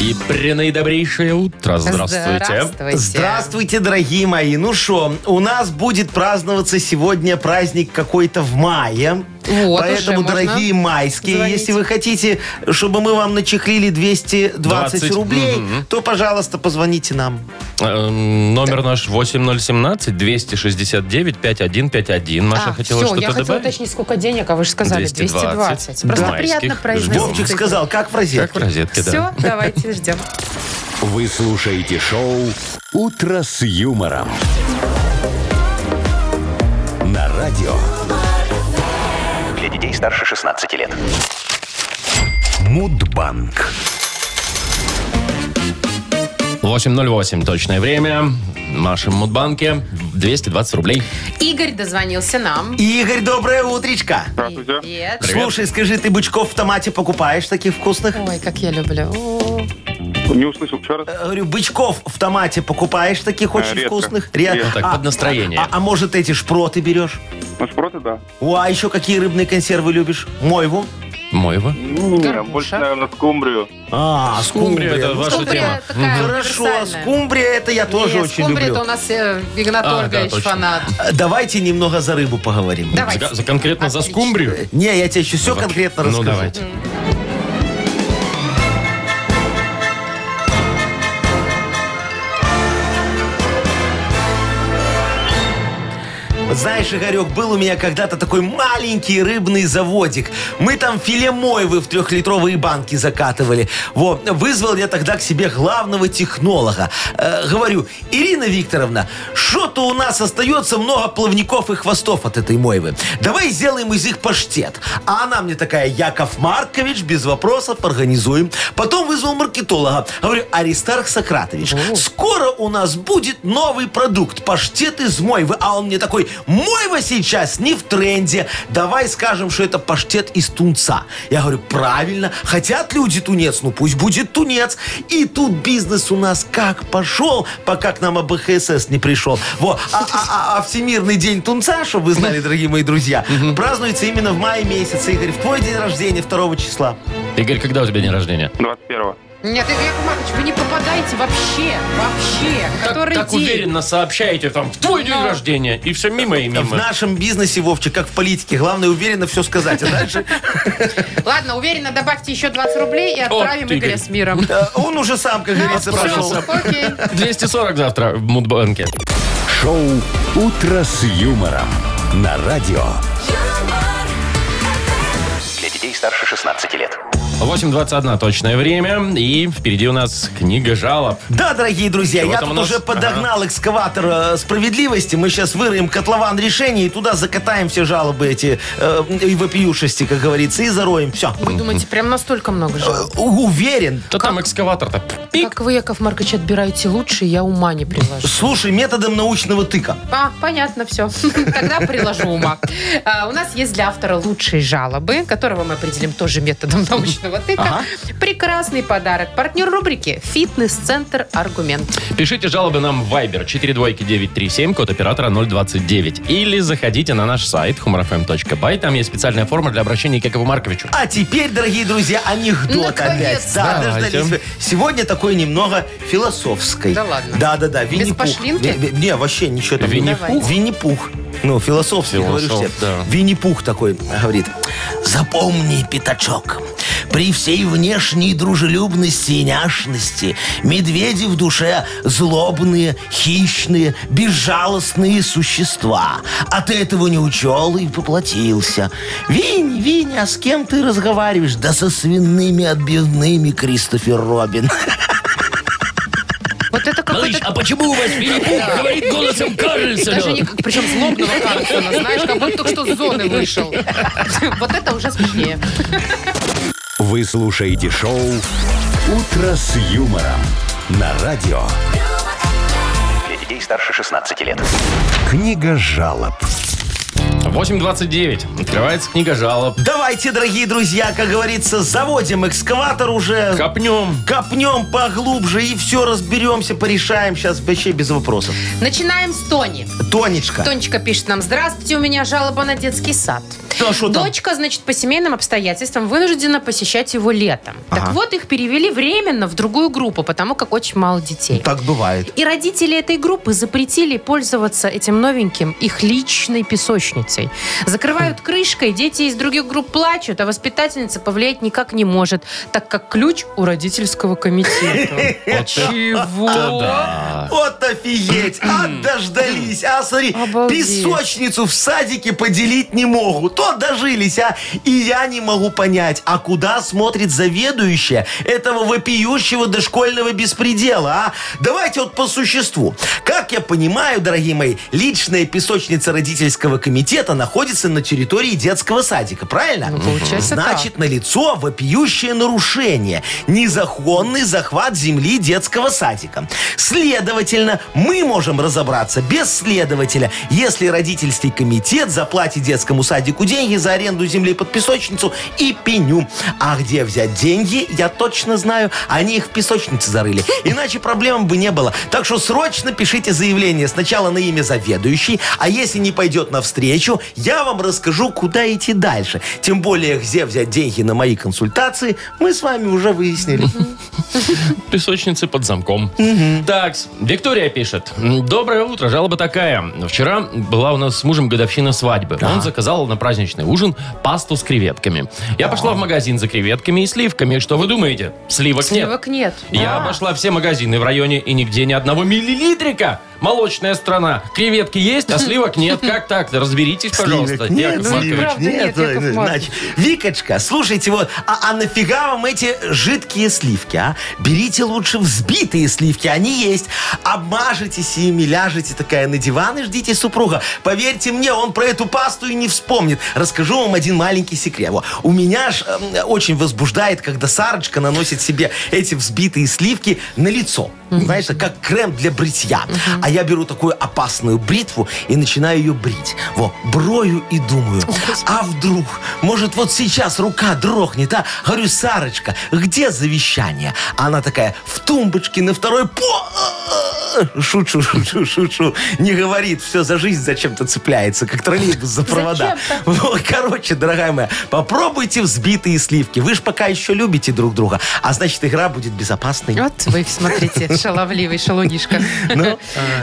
Speaker 2: И пренаидобрейшее утро. Здравствуйте.
Speaker 3: Здравствуйте.
Speaker 4: Здравствуйте, дорогие мои. Ну что, у нас будет праздноваться сегодня праздник какой-то в мае.
Speaker 3: Вот
Speaker 4: Поэтому,
Speaker 3: уже можно
Speaker 4: дорогие майские,
Speaker 3: звонить.
Speaker 4: если вы хотите, чтобы мы вам начехлили 220
Speaker 2: 20,
Speaker 4: рублей,
Speaker 2: мгм.
Speaker 4: то, пожалуйста, позвоните нам.
Speaker 2: Эм, Номер наш 8017-269-5151. Маша
Speaker 3: А,
Speaker 2: хотела
Speaker 3: всё,
Speaker 2: что-то
Speaker 3: я хотела
Speaker 2: добавить.
Speaker 3: уточнить, сколько денег, а вы же сказали 220.
Speaker 2: 220.
Speaker 3: Просто
Speaker 2: Да.
Speaker 3: приятно
Speaker 2: Майских.
Speaker 3: произносить.
Speaker 2: Вовчик
Speaker 4: Вовчик сказал, как
Speaker 2: Как
Speaker 4: в
Speaker 2: в
Speaker 4: розетке.
Speaker 2: розетке, да.
Speaker 3: Все, давайте ждем.
Speaker 1: Вы слушаете шоу Утро с юмором. На радио
Speaker 7: Для детей старше 16 лет.
Speaker 1: Мудбанк.
Speaker 2: 8.08 точное время. В нашем Мудбанке 220 рублей.
Speaker 3: Игорь дозвонился нам.
Speaker 4: Игорь, доброе утречко.
Speaker 3: Привет.
Speaker 2: Привет.
Speaker 4: Слушай, скажи, ты бычков в томате покупаешь таких вкусных?
Speaker 3: Ой, как я люблю. О,
Speaker 5: Не услышал вчера.
Speaker 4: Э, Говорю, бычков в томате покупаешь таких очень
Speaker 5: редко.
Speaker 4: вкусных? Редко.
Speaker 2: Так,
Speaker 4: А-
Speaker 2: под настроение.
Speaker 4: А, а может, эти шпроты берешь?
Speaker 5: Ну, шпроты, да.
Speaker 4: О, а еще какие рыбные консервы любишь? Мойву?
Speaker 2: Моего.
Speaker 5: Не,
Speaker 3: Горбуша.
Speaker 5: больше, наверное, скумбрию.
Speaker 4: А,
Speaker 2: Скумбрия, это ваша
Speaker 3: Скумбрия
Speaker 2: тема.
Speaker 3: такая
Speaker 4: Хорошо, а
Speaker 3: универсальная.
Speaker 4: скумбрия это я тоже
Speaker 3: Нет,
Speaker 4: очень
Speaker 3: скумбрия
Speaker 4: люблю.
Speaker 3: это у нас э, Игнат
Speaker 2: А, да,
Speaker 3: Ольгович
Speaker 2: точно.
Speaker 3: фанат.
Speaker 4: Э, Давайте немного за рыбу поговорим.
Speaker 3: Давайте.
Speaker 2: За, за- конкретно за
Speaker 3: Отлично.
Speaker 2: скумбрию?
Speaker 4: Не, я тебе еще все конкретно расскажу.
Speaker 2: Ну, давайте.
Speaker 4: Вот Знаешь, Игорек, был у меня когда-то такой маленький рыбный заводик. Мы там филе мойвы в трехлитровые банки закатывали. Вот, вызвал я тогда к себе главного технолога. Э, говорю, Ирина Викторовна, что-то у нас остается много плавников и хвостов от этой мойвы. Давай сделаем из них паштет. А она мне такая, Яков Маркович, без вопросов, организуем. Потом вызвал маркетолога. Говорю, Аристарх Сократович, скоро у нас будет новый продукт, паштет из мойвы. А он мне такой, мойва сейчас не в тренде. Давай скажем, что это паштет из тунца. Я говорю, правильно, хотят люди тунец, ну пусть будет тунец. И тут бизнес у нас как пошел, пока к нам АБХСС не пришел. Во. А, а- а- а Всемирный день тунца, чтобы вы знали, дорогие мои друзья, празднуется именно в мае месяце. Игорь, в твой день рождения, 2 числа.
Speaker 2: Игорь, когда у тебя день рождения?
Speaker 5: 21-го.
Speaker 3: Нет, Игорь Яков Маркович, вы не попадаете вообще, вообще. Который
Speaker 2: так, так
Speaker 3: день?
Speaker 2: уверенно сообщаете там в твой день
Speaker 3: Ну.
Speaker 2: рождения и все мимо и (laughs)
Speaker 4: В
Speaker 2: мимо.
Speaker 4: нашем бизнесе, Вовчик, как в политике, главное уверенно все сказать. А дальше
Speaker 3: Ладно, уверенно добавьте еще 20 рублей и отправим
Speaker 2: ты,
Speaker 3: Игоря
Speaker 2: Игорь.
Speaker 3: с миром.
Speaker 4: э, он уже сам, как говорится,
Speaker 3: Ну, всё,
Speaker 4: пошел.
Speaker 3: Окей.
Speaker 2: 240 завтра в Мудбанке.
Speaker 1: Шоу Утро с юмором. На радио
Speaker 7: Для детей старше 16 лет.
Speaker 2: 8.21 точное время. И впереди у нас книга жалоб.
Speaker 4: Да, дорогие друзья,
Speaker 2: Чего
Speaker 4: я
Speaker 2: там
Speaker 4: тут
Speaker 2: у нас?
Speaker 4: уже подогнал экскаватор э, справедливости. Мы сейчас выроем котлован решений и туда закатаем все жалобы эти э, и вопиюшести, как говорится, и зароем. Все.
Speaker 3: Вы думаете, прям настолько много жалоб?
Speaker 4: Уверен.
Speaker 2: Да там экскаватор-то. тупик.
Speaker 3: Как вы, Яков Маркович, отбираете лучше, я ума не приложу.
Speaker 4: Слушай, методом научного тыка.
Speaker 3: А, понятно, все. (laughs) Тогда приложу ума. А, у нас есть для автора лучшей жалобы, которого мы определим тоже методом (laughs) научного тыка.
Speaker 4: Ага.
Speaker 3: Прекрасный подарок. Партнер рубрики «Фитнес-центр Аргумент».
Speaker 2: Пишите жалобы нам в Viber 42937, код оператора 029. Или заходите на наш сайт humorfm.by. Там есть специальная форма для обращения к Якову Марковичу.
Speaker 4: А теперь, дорогие друзья, анекдот опять.
Speaker 3: Наконец-то.
Speaker 4: Да,
Speaker 2: Давайте.
Speaker 4: дождались. вы. Сегодня такой немного философской.
Speaker 3: Да ладно.
Speaker 4: Да, да, да. Винни-пух.
Speaker 3: пошлинки?
Speaker 4: Ви- ви- Не, вообще ничего там.
Speaker 2: Винни-Пух?
Speaker 4: Винни-пух. Ну, философский,
Speaker 2: Философ,
Speaker 4: говорю тебе.
Speaker 2: да.
Speaker 4: Винни-пух такой говорит. Запомни, пятачок, при всей внешней дружелюбности и няшности медведи в душе злобные, хищные, безжалостные существа. А ты этого не учел и поплатился. Винни, Винни, а с кем ты разговариваешь? Да со свиными отбивными, Кристофер Робин.
Speaker 3: Вот это
Speaker 2: Малыш,
Speaker 3: какой-то...
Speaker 2: а почему у вас Винни-Пух говорит голосом
Speaker 3: Даже не
Speaker 2: Карльсона?
Speaker 3: как- причем злобного Карлсона, знаешь, как будто только что с зоны вышел. (laughs) Вот это уже смешнее.
Speaker 1: Вы слушаете шоу «Утро с юмором» на радио.
Speaker 7: Для детей старше 16 лет.
Speaker 1: Книга жалоб.
Speaker 2: 8.29. Открывается книга жалоб.
Speaker 4: Давайте, дорогие друзья, как говорится, заводим экскаватор уже.
Speaker 2: Копнем.
Speaker 4: Копнем поглубже и все разберемся, порешаем сейчас вообще без вопросов.
Speaker 3: Начинаем с Тони.
Speaker 4: Тонечка.
Speaker 3: Тонечка пишет нам, здравствуйте, у меня жалоба на детский сад.
Speaker 4: Да, шо там?
Speaker 3: Дочка, значит, по семейным обстоятельствам вынуждена посещать его летом. Так вот, их перевели временно в другую группу, потому как очень мало детей.
Speaker 4: Так бывает.
Speaker 3: И родители этой группы запретили пользоваться этим новеньким их личной песочницей. Закрывают
Speaker 2: Хм.
Speaker 3: крышкой, дети из других групп плачут, а воспитательница повлиять никак не может, так как ключ у родительского комитета.
Speaker 2: (laughs)
Speaker 3: Чего?
Speaker 2: Да.
Speaker 4: Вот офигеть, а дождались, а смотри,
Speaker 3: Обалдеть.
Speaker 4: песочницу в садике поделить не могут, то дожились, а, и я не могу понять, а куда смотрит заведующая этого вопиющего дошкольного беспредела, а? Давайте вот по существу. Как я понимаю, дорогие мои, личная песочница родительского комитета находится на территории детского садика, правильно?
Speaker 3: Ну, получается так.
Speaker 4: Значит, на лицо вопиющее нарушение. Незаконный захват земли детского садика. Следовательно, мы можем разобраться без следователя, если родительский комитет заплатит детскому садику деньги за аренду земли под песочницу и пеню. А где взять деньги, я точно знаю. Они их в песочнице зарыли. Иначе проблем бы не было. Так что срочно пишите заявление сначала на имя заведующей, а если не пойдет навстречу, я вам расскажу, куда идти дальше. Тем более, где взять деньги на мои консультации, мы с вами уже выяснили.
Speaker 2: Песочницы под замком. Так, Виктория пишет. М, Доброе утро, жалоба такая. Вчера была у нас с мужем годовщина свадьбы. Он заказал на праздничный ужин пасту с креветками. Я пошла в магазин за креветками и сливками. Что вы думаете? Сливок,
Speaker 3: Сливок нет.
Speaker 2: нет. Я
Speaker 4: А.
Speaker 2: обошла все магазины в районе и нигде ни одного миллилитрика. Молочная страна. Креветки есть, а сливок
Speaker 4: (laughs)
Speaker 2: нет. Как так? Разберитесь, пожалуйста.
Speaker 4: Сливок нет,
Speaker 2: Яков Маркович.
Speaker 4: сливок
Speaker 3: Правда нет,
Speaker 4: нет.
Speaker 3: Яков
Speaker 4: Ой,
Speaker 3: Маркович.
Speaker 4: значит, Викочка, слушайте, вот, а, а нафига вам эти жидкие сливки, а? Берите лучше взбитые сливки, они есть. Обмажетесь ими, ляжете такая на диван и ждите супруга. Поверьте мне, он про эту пасту и не вспомнит. Расскажу вам один маленький секрет. Во, У меня ж эм, очень возбуждает, когда Сарочка наносит себе эти взбитые сливки на лицо. Знаешь, это как крем для бритья. А я беру такую опасную бритву и начинаю ее брить. Во, брою и думаю, а вдруг, может, вот сейчас рука дрохнет, а? Говорю, Сарочка, где завещание? А Она такая, в тумбочке на второй по... Шучу, шучу, шучу. Не говорит, все за жизнь зачем-то цепляется, как троллейбус за провода. (laughs) Вот, Короче, дорогая моя, попробуйте взбитые сливки. Вы же пока еще любите друг друга. А значит, игра будет безопасной. Ну,
Speaker 3: Вот вы, смотрите, шаловливый шалунишка. (laughs)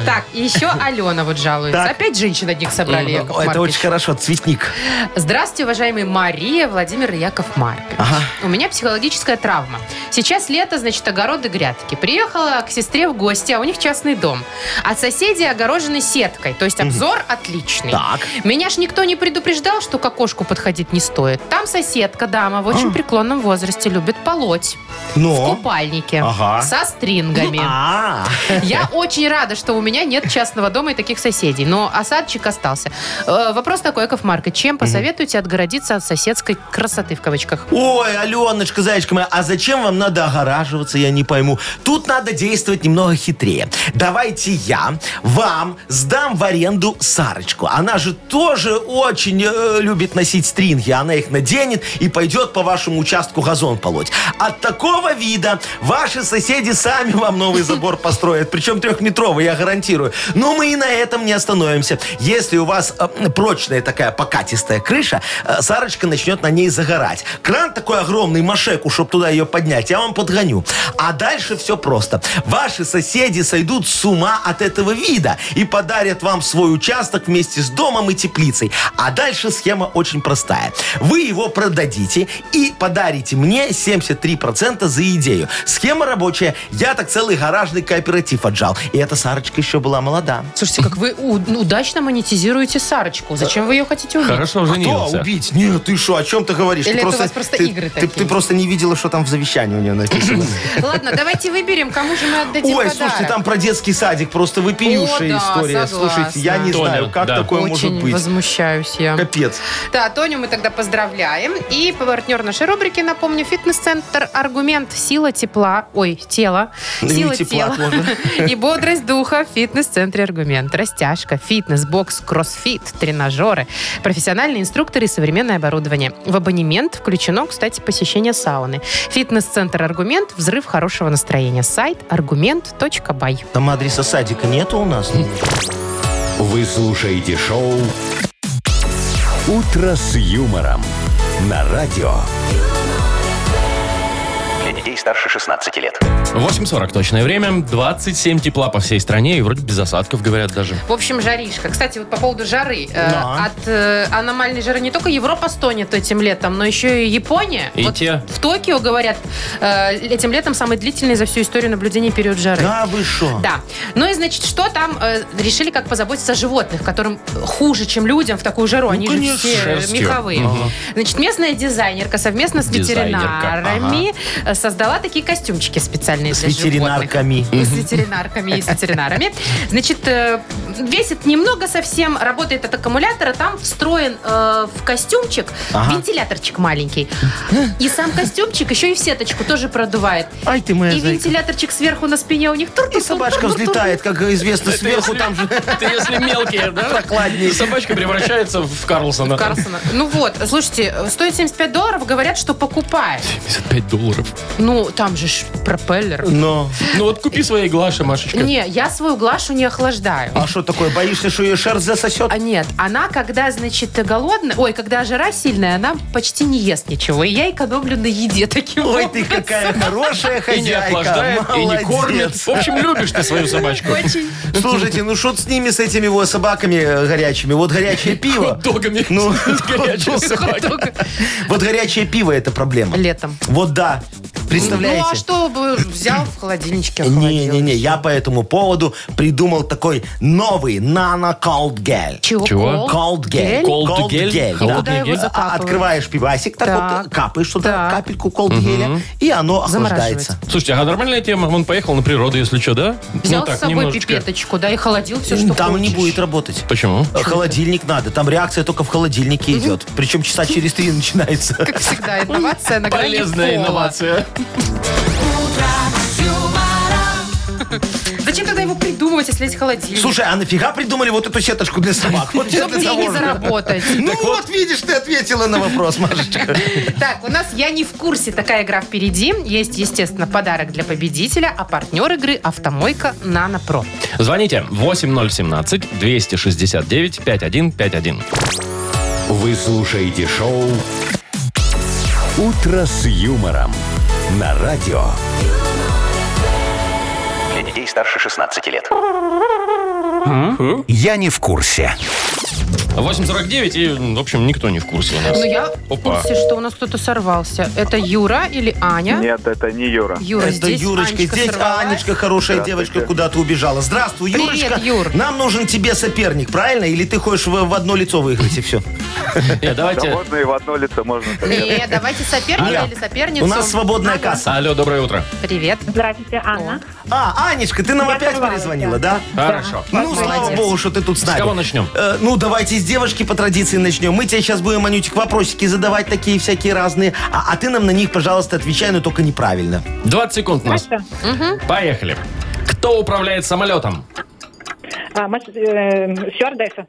Speaker 3: Так, еще Алена вот жалуется.
Speaker 4: Так.
Speaker 3: Опять женщин одних собрали, Яков
Speaker 4: О, ну, Это
Speaker 3: Маркович.
Speaker 4: очень хорошо, цветник.
Speaker 3: Здравствуйте, уважаемые Мария, Владимир и Яков Маркович. У меня психологическая травма. Сейчас лето, значит, огороды, грядки. Приехала к сестре в гости, а у них час частный дом. От соседей огорожены сеткой, то есть обзор отличный.
Speaker 4: Так.
Speaker 3: Меня ж никто не предупреждал, что к окошку подходить не стоит. Там соседка, дама, в очень преклонном возрасте, любит полоть. В
Speaker 4: А. Но.
Speaker 3: купальнике.
Speaker 4: Ага.
Speaker 3: Со стрингами.
Speaker 4: (laughs) А,
Speaker 3: Я очень рада, что у меня нет частного дома и таких соседей, но осадчик остался. Э, Вопрос такой, Яков Маркович, чем посоветуете отгородиться от соседской красоты в кавычках?
Speaker 4: Ой, Аленочка, зайчка моя, а зачем вам надо огораживаться, я не пойму. Тут надо действовать немного хитрее. Давайте я вам сдам в аренду Сарочку. Она же тоже очень э, любит носить стринги. Она их наденет и пойдет по вашему участку газон полоть. От такого вида ваши соседи сами вам новый забор построят. Причем трехметровый, я гарантирую. Но мы и на этом не остановимся. Если у вас э, прочная такая покатистая крыша, э, Сарочка начнет на ней загорать. Кран такой огромный, машеку, чтобы туда ее поднять, я вам подгоню. А дальше все просто. Ваши соседи сойдут с ума от этого вида и подарят вам свой участок вместе с домом и теплицей. А дальше схема очень простая. Вы его продадите и подарите мне 73% за идею. Схема рабочая. Я так целый гаражный кооператив отжал. И эта Сарочка еще была молода.
Speaker 3: Слушайте, как вы у- ну, удачно монетизируете Сарочку. Зачем вы ее хотите убить?
Speaker 2: Хорошо
Speaker 4: Кто
Speaker 2: женился.
Speaker 4: убить? Нет, ты что, о чем ты говоришь?
Speaker 3: Или
Speaker 4: ты
Speaker 3: это у вас просто
Speaker 4: ты,
Speaker 3: игры
Speaker 4: ты-
Speaker 3: такие?
Speaker 4: ты просто не видела, что там в завещании у
Speaker 3: (laughs)
Speaker 4: нее написано.
Speaker 3: Ладно, давайте выберем, кому же мы отдадим
Speaker 4: Ой,
Speaker 3: типа подарок.
Speaker 4: слушайте, там про детский садик просто вопиющая
Speaker 3: О, да,
Speaker 4: история.
Speaker 3: согласна.
Speaker 4: Слушайте, я не
Speaker 2: Тоня,
Speaker 4: знаю, как
Speaker 2: да.
Speaker 4: такое может
Speaker 3: Очень
Speaker 4: быть.
Speaker 3: возмущаюсь я.
Speaker 4: Капец.
Speaker 3: Да, Тоню мы тогда поздравляем. И партнер нашей рубрики, напомню, фитнес-центр «Аргумент. Сила тепла». Ой, тело.
Speaker 4: Ну и
Speaker 3: Сила
Speaker 4: тепла
Speaker 3: тела. (laughs) И бодрость духа в фитнес-центре «Аргумент». Растяжка, фитнес, бокс, кроссфит, тренажеры, профессиональные инструкторы и современное оборудование. В абонемент включено, кстати, посещение сауны. Фитнес-центр «Аргумент. Взрыв хорошего настроения». Сайт аргумент.бай.
Speaker 4: Там адреса садика нету
Speaker 3: (laughs)
Speaker 4: у нас?
Speaker 1: Вы слушаете шоу «Утро с юмором» на радио.
Speaker 7: Для детей старше 16 лет.
Speaker 2: 8.40 точное время, 27 тепла по всей стране и вроде без осадков, говорят даже.
Speaker 3: В общем, жаришка. Кстати, вот по поводу жары. Э,
Speaker 4: Да.
Speaker 3: От э, аномальной жары не только Европа стонет этим летом, но еще и Япония.
Speaker 2: И
Speaker 3: Вот
Speaker 2: те.
Speaker 3: В Токио, говорят, э, этим летом самый длительный за всю историю наблюдений период жары.
Speaker 4: Да А вы что?
Speaker 3: Да. Ну и, значит, что там э, решили, как позаботиться о животных, которым хуже, чем людям в такую жару. Они
Speaker 2: Ну, конечно.
Speaker 3: же все э,
Speaker 2: Шерстью.
Speaker 3: меховые. Значит, местная дизайнерка совместно с
Speaker 2: Дизайнерка,
Speaker 3: ветеринарами э, создала такие костюмчики специальные
Speaker 4: С
Speaker 3: для животных
Speaker 4: ветеринарками.
Speaker 3: с ветеринарками и с ветеринарами. Значит, э, весит немного совсем, работает от аккумулятора, там встроен э, в костюмчик
Speaker 4: Ага.
Speaker 3: вентиляторчик маленький. И сам костюмчик еще и в сеточку тоже продувает.
Speaker 4: Ай ты моя
Speaker 3: И
Speaker 4: зайка.
Speaker 3: вентиляторчик сверху на спине у них. тур-тур-тур,
Speaker 4: И собачка
Speaker 3: тур-тур-тур.
Speaker 4: взлетает, как известно, сверху там же.
Speaker 2: Ты если мелкие, да?
Speaker 3: (laughs)
Speaker 4: Прохладнее.
Speaker 2: Собачка превращается в Карлсона.
Speaker 3: Карлсона. Ну вот, слушайте, э, стоит 75 долларов, говорят, что покупает.
Speaker 2: 55 долларов.
Speaker 3: Ну, там же ж пропеллер.
Speaker 4: Но.
Speaker 2: Ну вот купи своей Глаше, Машечка.
Speaker 3: Не, я свою Глашу не охлаждаю.
Speaker 4: А что такое? Боишься, что ее шерсть засосет?
Speaker 3: А нет, она, когда, значит, голодная, ой, когда жара сильная, она почти не ест ничего. И я экономлю на еде таким
Speaker 4: Ой,
Speaker 3: образом.
Speaker 4: ты какая хорошая
Speaker 2: И не охлаждает,
Speaker 4: хозяйка.
Speaker 2: и не
Speaker 4: Молодец.
Speaker 2: кормит. В общем, любишь ты свою собачку.
Speaker 3: Очень.
Speaker 4: Слушайте, ну шут с ними, с этими вот собаками э, горячими. Вот горячее пиво.
Speaker 2: Догами.
Speaker 3: (laughs)
Speaker 4: Ну,
Speaker 2: горячая собака.
Speaker 3: Только
Speaker 4: Вот горячее пиво это проблема.
Speaker 3: Летом.
Speaker 4: Вот да. Представляете?
Speaker 3: Ну, а что бы взял в холодильничке? охладил?
Speaker 4: Не-не-не, я по этому поводу придумал такой новый нано-колд-гель.
Speaker 3: Чего?
Speaker 2: Чего?
Speaker 3: Колд?
Speaker 4: Колд-гель.
Speaker 2: Колд-
Speaker 3: Гель?
Speaker 2: Колд-гель?
Speaker 3: Куда
Speaker 2: холодный
Speaker 3: его
Speaker 2: гель?
Speaker 4: А,
Speaker 3: закапывают?
Speaker 4: Открываешь пивасик, так,
Speaker 3: Так.
Speaker 4: вот капаешь туда
Speaker 3: Так.
Speaker 4: капельку колд-геля, и оно охлаждается.
Speaker 2: Слушайте, а нормальная тема? Он поехал на природу, если что, да?
Speaker 3: Взял
Speaker 2: Ну, так,
Speaker 3: с собой
Speaker 2: немножечко.
Speaker 3: пипеточку, да, и холодил все, что
Speaker 4: Там не
Speaker 3: хочешь.
Speaker 4: будет работать.
Speaker 2: Почему?
Speaker 4: Холодильник надо, там реакция только в холодильнике идет. Причем часа через три начинается.
Speaker 3: Как всегда, инновация на грани
Speaker 2: Полезная
Speaker 3: пола.
Speaker 2: инновация.
Speaker 3: Зачем тогда его придумывать, если есть холодильник?
Speaker 4: Слушай, а нафига придумали вот эту сеточку для собак? Вот я
Speaker 3: Чтобы
Speaker 4: для того
Speaker 3: деньги
Speaker 4: же.
Speaker 3: заработать.
Speaker 4: Ну вот, видишь, ты ответила на вопрос, Машечка.
Speaker 3: Так, у нас «Я не в курсе». Такая игра впереди. Есть, естественно, подарок для победителя, а партнер игры – «Автомойка Нано Про».
Speaker 2: Звоните 8017-269-5151.
Speaker 1: Вы слушаете шоу «Утро с юмором» на радио.
Speaker 7: Для детей старше 16 лет.
Speaker 1: Я не в курсе.
Speaker 2: 8.49, и, в общем, никто не в курсе у нас.
Speaker 3: Ну, я в
Speaker 2: Опа.
Speaker 3: курсе, что у нас кто-то сорвался. Это Юра или Аня?
Speaker 5: Нет, это не Юра.
Speaker 3: Юра
Speaker 4: Это
Speaker 3: здесь,
Speaker 4: Юрочка,
Speaker 3: Анечка
Speaker 4: здесь
Speaker 3: сорвалась.
Speaker 4: Анечка, хорошая
Speaker 5: Здравствуйте.
Speaker 4: девочка, куда-то убежала. Здравствуй,
Speaker 3: Привет,
Speaker 4: Юрочка.
Speaker 3: Юр.
Speaker 4: Нам нужен тебе соперник, правильно? Или ты хочешь в, в одно лицо выиграть и все?
Speaker 2: Э,
Speaker 5: Да
Speaker 2: давайте...
Speaker 5: можно и в одно лицо, можно. так.
Speaker 3: Нет, давайте соперника
Speaker 4: Аня,
Speaker 3: или соперницу.
Speaker 4: У нас свободная
Speaker 3: Аня,
Speaker 4: касса.
Speaker 2: Алло, доброе утро.
Speaker 3: Привет.
Speaker 6: Здравствуйте, Анна.
Speaker 4: А, Анечка, ты нам
Speaker 6: Я
Speaker 4: опять
Speaker 6: сорвалась,
Speaker 4: перезвонила, да?
Speaker 6: да.
Speaker 2: Хорошо.
Speaker 4: Ну, слава
Speaker 3: Молодец.
Speaker 4: богу, что ты тут с
Speaker 2: С
Speaker 4: нами.
Speaker 2: кого начнем?
Speaker 4: Э, ну, давайте с девушки по традиции начнем. Мы тебе сейчас будем, Анютик, вопросики задавать такие всякие разные. А, а ты нам на них, пожалуйста, отвечай, но только неправильно.
Speaker 2: 20 секунд у нас.
Speaker 6: Хорошо.
Speaker 2: Поехали. Кто управляет самолетом?
Speaker 6: А, мас- э, стюардесса.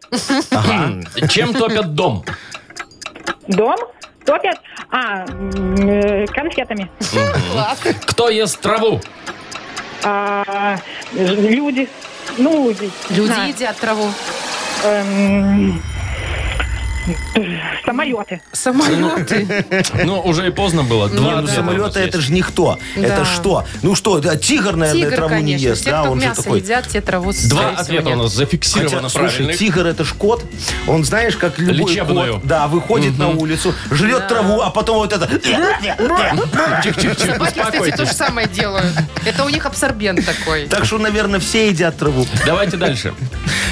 Speaker 2: М, Чем топят дом?
Speaker 6: Дом топят а, м, э, конфетами.
Speaker 2: Кто ест траву?
Speaker 6: А, ж- люди. Ну, люди.
Speaker 3: Люди
Speaker 6: Да.
Speaker 3: едят траву.
Speaker 6: Эм, самолеты.
Speaker 3: Самолеты.
Speaker 2: Ну, уже и поздно было. Два
Speaker 4: Ну,
Speaker 2: ответа у нас
Speaker 4: самолеты это
Speaker 2: есть.
Speaker 4: же никто.
Speaker 3: Да.
Speaker 4: Это что? Ну что, да, тигр, наверное,
Speaker 3: Тигр,
Speaker 4: траву не
Speaker 3: конечно.
Speaker 4: ест,
Speaker 3: Все,
Speaker 4: да?
Speaker 3: кто
Speaker 4: Он же
Speaker 3: мясо
Speaker 4: такой.
Speaker 3: едят, те
Speaker 2: Два
Speaker 3: траву, скорее всего,
Speaker 2: ответа у
Speaker 3: нет.
Speaker 2: нас зафиксировано
Speaker 4: Хотя, слушай,
Speaker 2: правильных.
Speaker 4: тигр это ж кот. Он, знаешь, как любой
Speaker 2: Лечебную.
Speaker 4: кот, да, выходит на улицу, жрет траву, а потом вот это...
Speaker 2: Тихо-тихо-тихо,
Speaker 3: Собаки, кстати, то же
Speaker 2: успокойтесь.
Speaker 3: самое делают. Это у них абсорбент такой.
Speaker 4: Так что, наверное, все едят траву.
Speaker 2: Давайте дальше.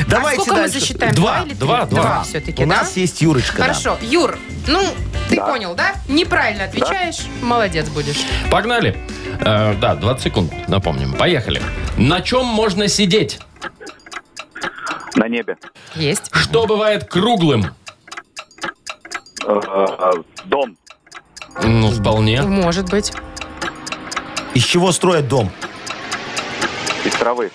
Speaker 4: Давайте
Speaker 3: А Сколько мы
Speaker 4: дальше.
Speaker 3: засчитаем?
Speaker 2: Два,
Speaker 3: или три?
Speaker 2: два, два.
Speaker 3: Два все-таки,
Speaker 4: У
Speaker 3: да?
Speaker 4: нас есть Юрочка. да.
Speaker 3: Хорошо. Юр, ну, ты понял, да? Неправильно отвечаешь, молодец будешь.
Speaker 2: Погнали. Э, да, 20 секунд, напомним. Поехали. На чем можно сидеть?
Speaker 5: На небе.
Speaker 3: Есть.
Speaker 2: Что бывает круглым?
Speaker 5: Э, э, Дом.
Speaker 2: Ну, вполне.
Speaker 3: Может быть.
Speaker 4: Из чего строят дом?
Speaker 5: Из травы.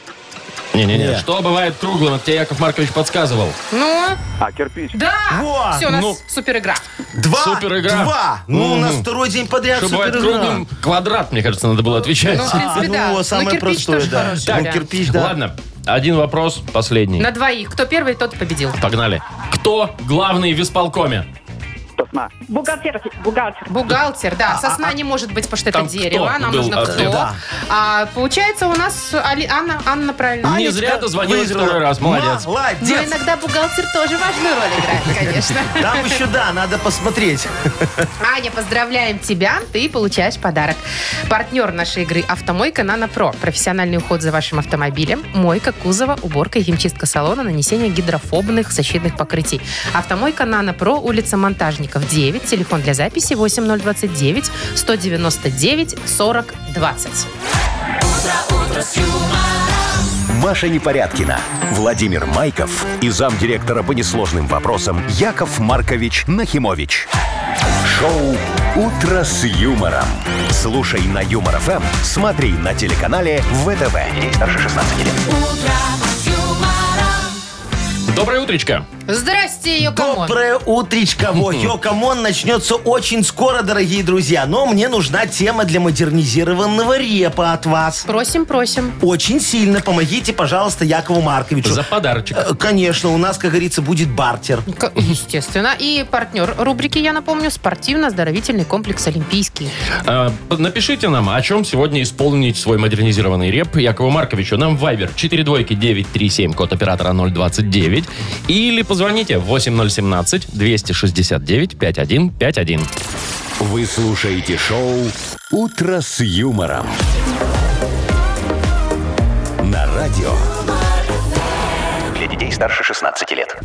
Speaker 2: Не-не-не.
Speaker 4: Не.
Speaker 2: Что бывает круглым? Это тебе Яков Маркович подсказывал.
Speaker 3: Ну,
Speaker 5: А, кирпич.
Speaker 3: да!
Speaker 4: Во!
Speaker 3: Все, у нас
Speaker 2: ну.
Speaker 3: супер игра.
Speaker 4: Два!
Speaker 2: Супер игра.
Speaker 4: Два! Ну, у нас
Speaker 2: Мгм.
Speaker 4: второй день подряд
Speaker 2: Что бывает
Speaker 4: супер
Speaker 2: круглым? Квадрат, мне кажется, надо было отвечать.
Speaker 3: Ну, в принципе,
Speaker 4: ну,
Speaker 3: да.
Speaker 4: вот
Speaker 3: Ну,
Speaker 4: самое
Speaker 3: кирпич
Speaker 4: простое,
Speaker 3: тоже
Speaker 4: да. Ну,
Speaker 3: хороший
Speaker 2: Так,
Speaker 3: вариант.
Speaker 4: кирпич, да.
Speaker 2: Ладно, один вопрос, последний.
Speaker 3: На двоих. Кто первый, тот и победил.
Speaker 2: Погнали. Кто главный в исполкоме?
Speaker 5: Сосна.
Speaker 6: Бухгалтер. Бухгалтер.
Speaker 3: Бухгалтер, да. Сосна не может быть, потому что это
Speaker 2: там
Speaker 3: дерево.
Speaker 2: кто
Speaker 3: Нам
Speaker 2: был
Speaker 3: нужно
Speaker 2: ответ?
Speaker 3: кто.
Speaker 4: А, Да.
Speaker 3: А, получается, у нас Али- Анна, Анна правильно.
Speaker 2: Не
Speaker 4: Анечка
Speaker 2: зря дозвонилась
Speaker 4: выиграла.
Speaker 2: второй раз, молодец.
Speaker 3: Но
Speaker 4: Молодец.
Speaker 3: иногда бухгалтер тоже важную роль играет, конечно.
Speaker 4: Там еще, да, надо посмотреть.
Speaker 3: Аня, поздравляем тебя, ты получаешь подарок. Партнер нашей игры «Автомойка Нано-Про». Профессиональный уход за вашим автомобилем, мойка кузова, уборка и химчистка салона, нанесение гидрофобных защитных покрытий. «Автомойка Нано-Про», улица Монтажников, 9, телефон для записи 8029 199 40 20.
Speaker 1: Маша Непорядкина, Владимир Майков и замдиректора по несложным вопросам Яков Маркович Нахимович. Шоу «Утро с юмором». Слушай на Юмор ФМ, смотри на телеканале ВТВ. Ей старше 16 лет.
Speaker 2: Доброе утречко.
Speaker 3: Здрасте, ее
Speaker 4: Доброе утречко. Во, Йокомон начнется очень скоро, дорогие друзья. Но мне нужна тема для модернизированного репа от вас.
Speaker 3: Просим, просим.
Speaker 4: Очень сильно помогите, пожалуйста, Якову Марковичу.
Speaker 2: За подарочек.
Speaker 4: Э, Конечно, у нас, как говорится, будет бартер.
Speaker 3: К- Естественно. И партнер рубрики, я напомню, спортивно-оздоровительный комплекс «Олимпийский».
Speaker 2: Э, Напишите нам, о чем сегодня исполнить свой модернизированный реп Якову Марковичу. Нам в Viber 42937, код оператора 029. Или позвоните 8017-269-5151.
Speaker 1: Вы слушаете шоу «Утро с юмором». На радио
Speaker 7: Для детей старше 16 лет.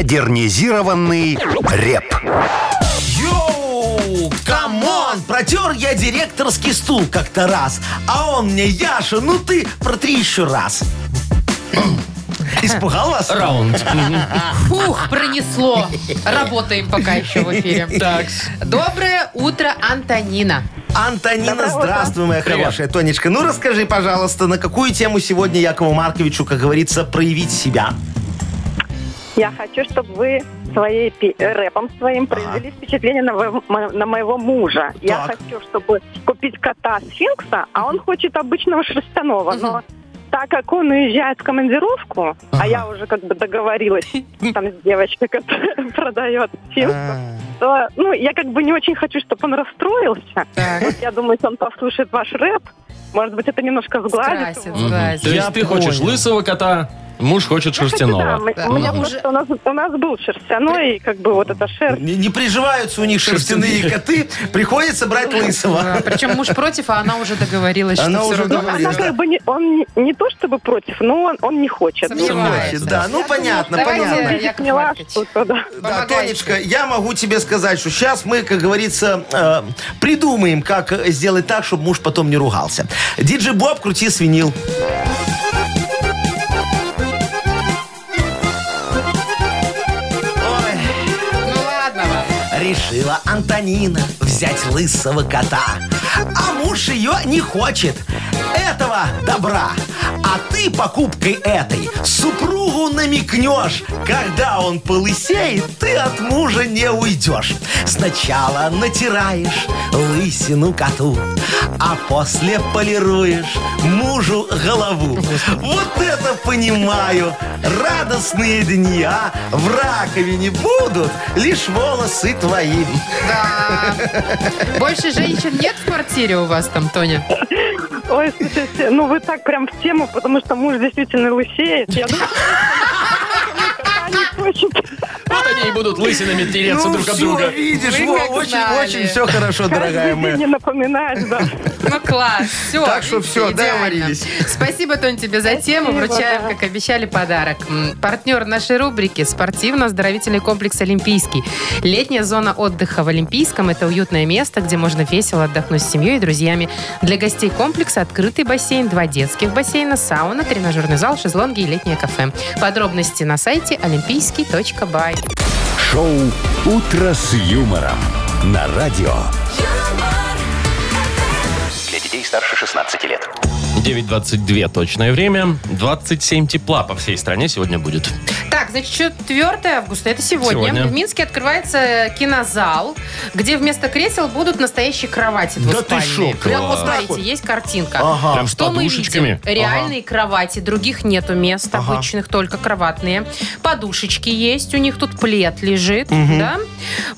Speaker 1: «Модернизированный реп».
Speaker 4: Йоу, камон, протер я директорский стул как-то раз, а он мне, Яша, ну ты протри еще раз. Испугал вас?
Speaker 2: Раунд.
Speaker 3: Фух, пронесло. Работаем пока еще в эфире.
Speaker 2: Так.
Speaker 3: Доброе утро, Антонина.
Speaker 4: Антонина,
Speaker 6: Доброе утро.
Speaker 4: здравствуй, моя
Speaker 2: Привет.
Speaker 4: хорошая. Тонечка, ну расскажи, пожалуйста, на какую тему сегодня Якову Марковичу, как говорится, проявить себя?
Speaker 6: Я хочу, чтобы вы своей пе- э, рэпом своим произвели впечатление на, во- мо- на моего мужа. Я
Speaker 4: Так.
Speaker 6: хочу, чтобы купить кота сфинкса, а он хочет обычного шерстяного. Но так как он уезжает в командировку, а я уже как бы договорилась там с девочкой, которая (laughs) продает сфинкса, то ну, я как бы не очень хочу, чтобы он расстроился. Вот я думаю, если он послушает ваш рэп, может быть, это немножко сгладит.
Speaker 3: Скрасит,
Speaker 6: его.
Speaker 2: Мгм.
Speaker 3: сглазит.
Speaker 2: То есть ты
Speaker 4: понял.
Speaker 2: хочешь лысого кота, Муж хочет
Speaker 6: Да,
Speaker 2: шерстяного.
Speaker 6: мы- у меня просто у нас, у нас был шерстяной, и как бы вот эта шерсть.
Speaker 4: Не, не приживаются у них шерстяные коты, приходится брать лысого.
Speaker 3: А, Причем муж против, а она уже договорилась, что
Speaker 4: Она
Speaker 3: все
Speaker 4: уже
Speaker 3: равно.
Speaker 6: Ну, она
Speaker 4: договорилась.
Speaker 6: как бы не, он не, не то чтобы против, но он, он не хочет.
Speaker 3: Сомневаюсь. Сомневается.
Speaker 4: Да, ну понятно,
Speaker 3: давайте-
Speaker 4: понятно.
Speaker 3: Понятно,
Speaker 6: Я
Speaker 3: Яков
Speaker 6: поняла,
Speaker 3: Маркович.
Speaker 6: что-то, да.
Speaker 4: Да,
Speaker 3: Помогайте.
Speaker 4: Тонечка, я могу тебе сказать, что сейчас мы, как говорится, э, придумаем, как э, сделать так, чтобы муж потом не ругался. Диджи Боб, крути свинил. Ой,
Speaker 3: Ну ладно вам.
Speaker 4: решила Антонина взять лысого кота. А муж ее не хочет этого добра. А ты покупкой этой супругу намекнешь. Когда он полысеет, ты от мужа не уйдешь. Сначала натираешь лысину коту, а после полируешь мужу голову. Вот это понимаю. Радостные дни, а? В раковине будут лишь волосы твои.
Speaker 3: Да. Больше женщин нет в квартире у вас там, Тоня?
Speaker 6: Ой, слушайте, ну вы так прям в тему, потому что муж действительно лысеет. Я думаю, кота не хочет.
Speaker 2: Вот они и будут лысинами тереться друг от
Speaker 4: Ну, всё,
Speaker 2: друга.
Speaker 4: видишь,
Speaker 3: Вы
Speaker 4: во,
Speaker 3: как знали.
Speaker 4: очень-очень все хорошо, дорогая
Speaker 6: Каждый день
Speaker 4: моя.
Speaker 6: не напоминаешь, да.
Speaker 3: Ну класс, все.
Speaker 4: Так что всё, договорились.
Speaker 3: Спасибо, Тонь, тебе за тему.
Speaker 6: Спасибо,
Speaker 3: Вручаем,
Speaker 6: да.
Speaker 3: как обещали, подарок. М, Партнер нашей рубрики – спортивно-оздоровительный комплекс «Олимпийский». Летняя зона отдыха в Олимпийском – это уютное место, где можно весело отдохнуть с семьей и друзьями. Для гостей комплекса открытый бассейн, два детских бассейна, сауна, тренажерный зал, шезлонги и летнее кафе. Подробности на сайте олимпийский.бай.
Speaker 1: Шоу «Утро с юмором» на радио.
Speaker 7: Для детей старше 16 лет.
Speaker 2: 9.22 точное время. 27 тепла по всей стране сегодня будет.
Speaker 3: Так, значит, 4 августа, это сегодня.
Speaker 2: Сегодня.
Speaker 3: В Минске открывается кинозал, где вместо кресел будут настоящие кровати
Speaker 4: Да ты
Speaker 3: двуспальные.
Speaker 4: шо,
Speaker 3: Прям вот
Speaker 4: класс.
Speaker 3: смотрите,
Speaker 4: Вот.
Speaker 3: есть картинка.
Speaker 4: Ага. А
Speaker 2: Прям с
Speaker 3: Что мы
Speaker 2: подушечками.
Speaker 3: видим? Реальные кровати, других нету мест
Speaker 4: Ага.
Speaker 3: обычных, только кроватные. Подушечки есть, у них тут плед лежит, да?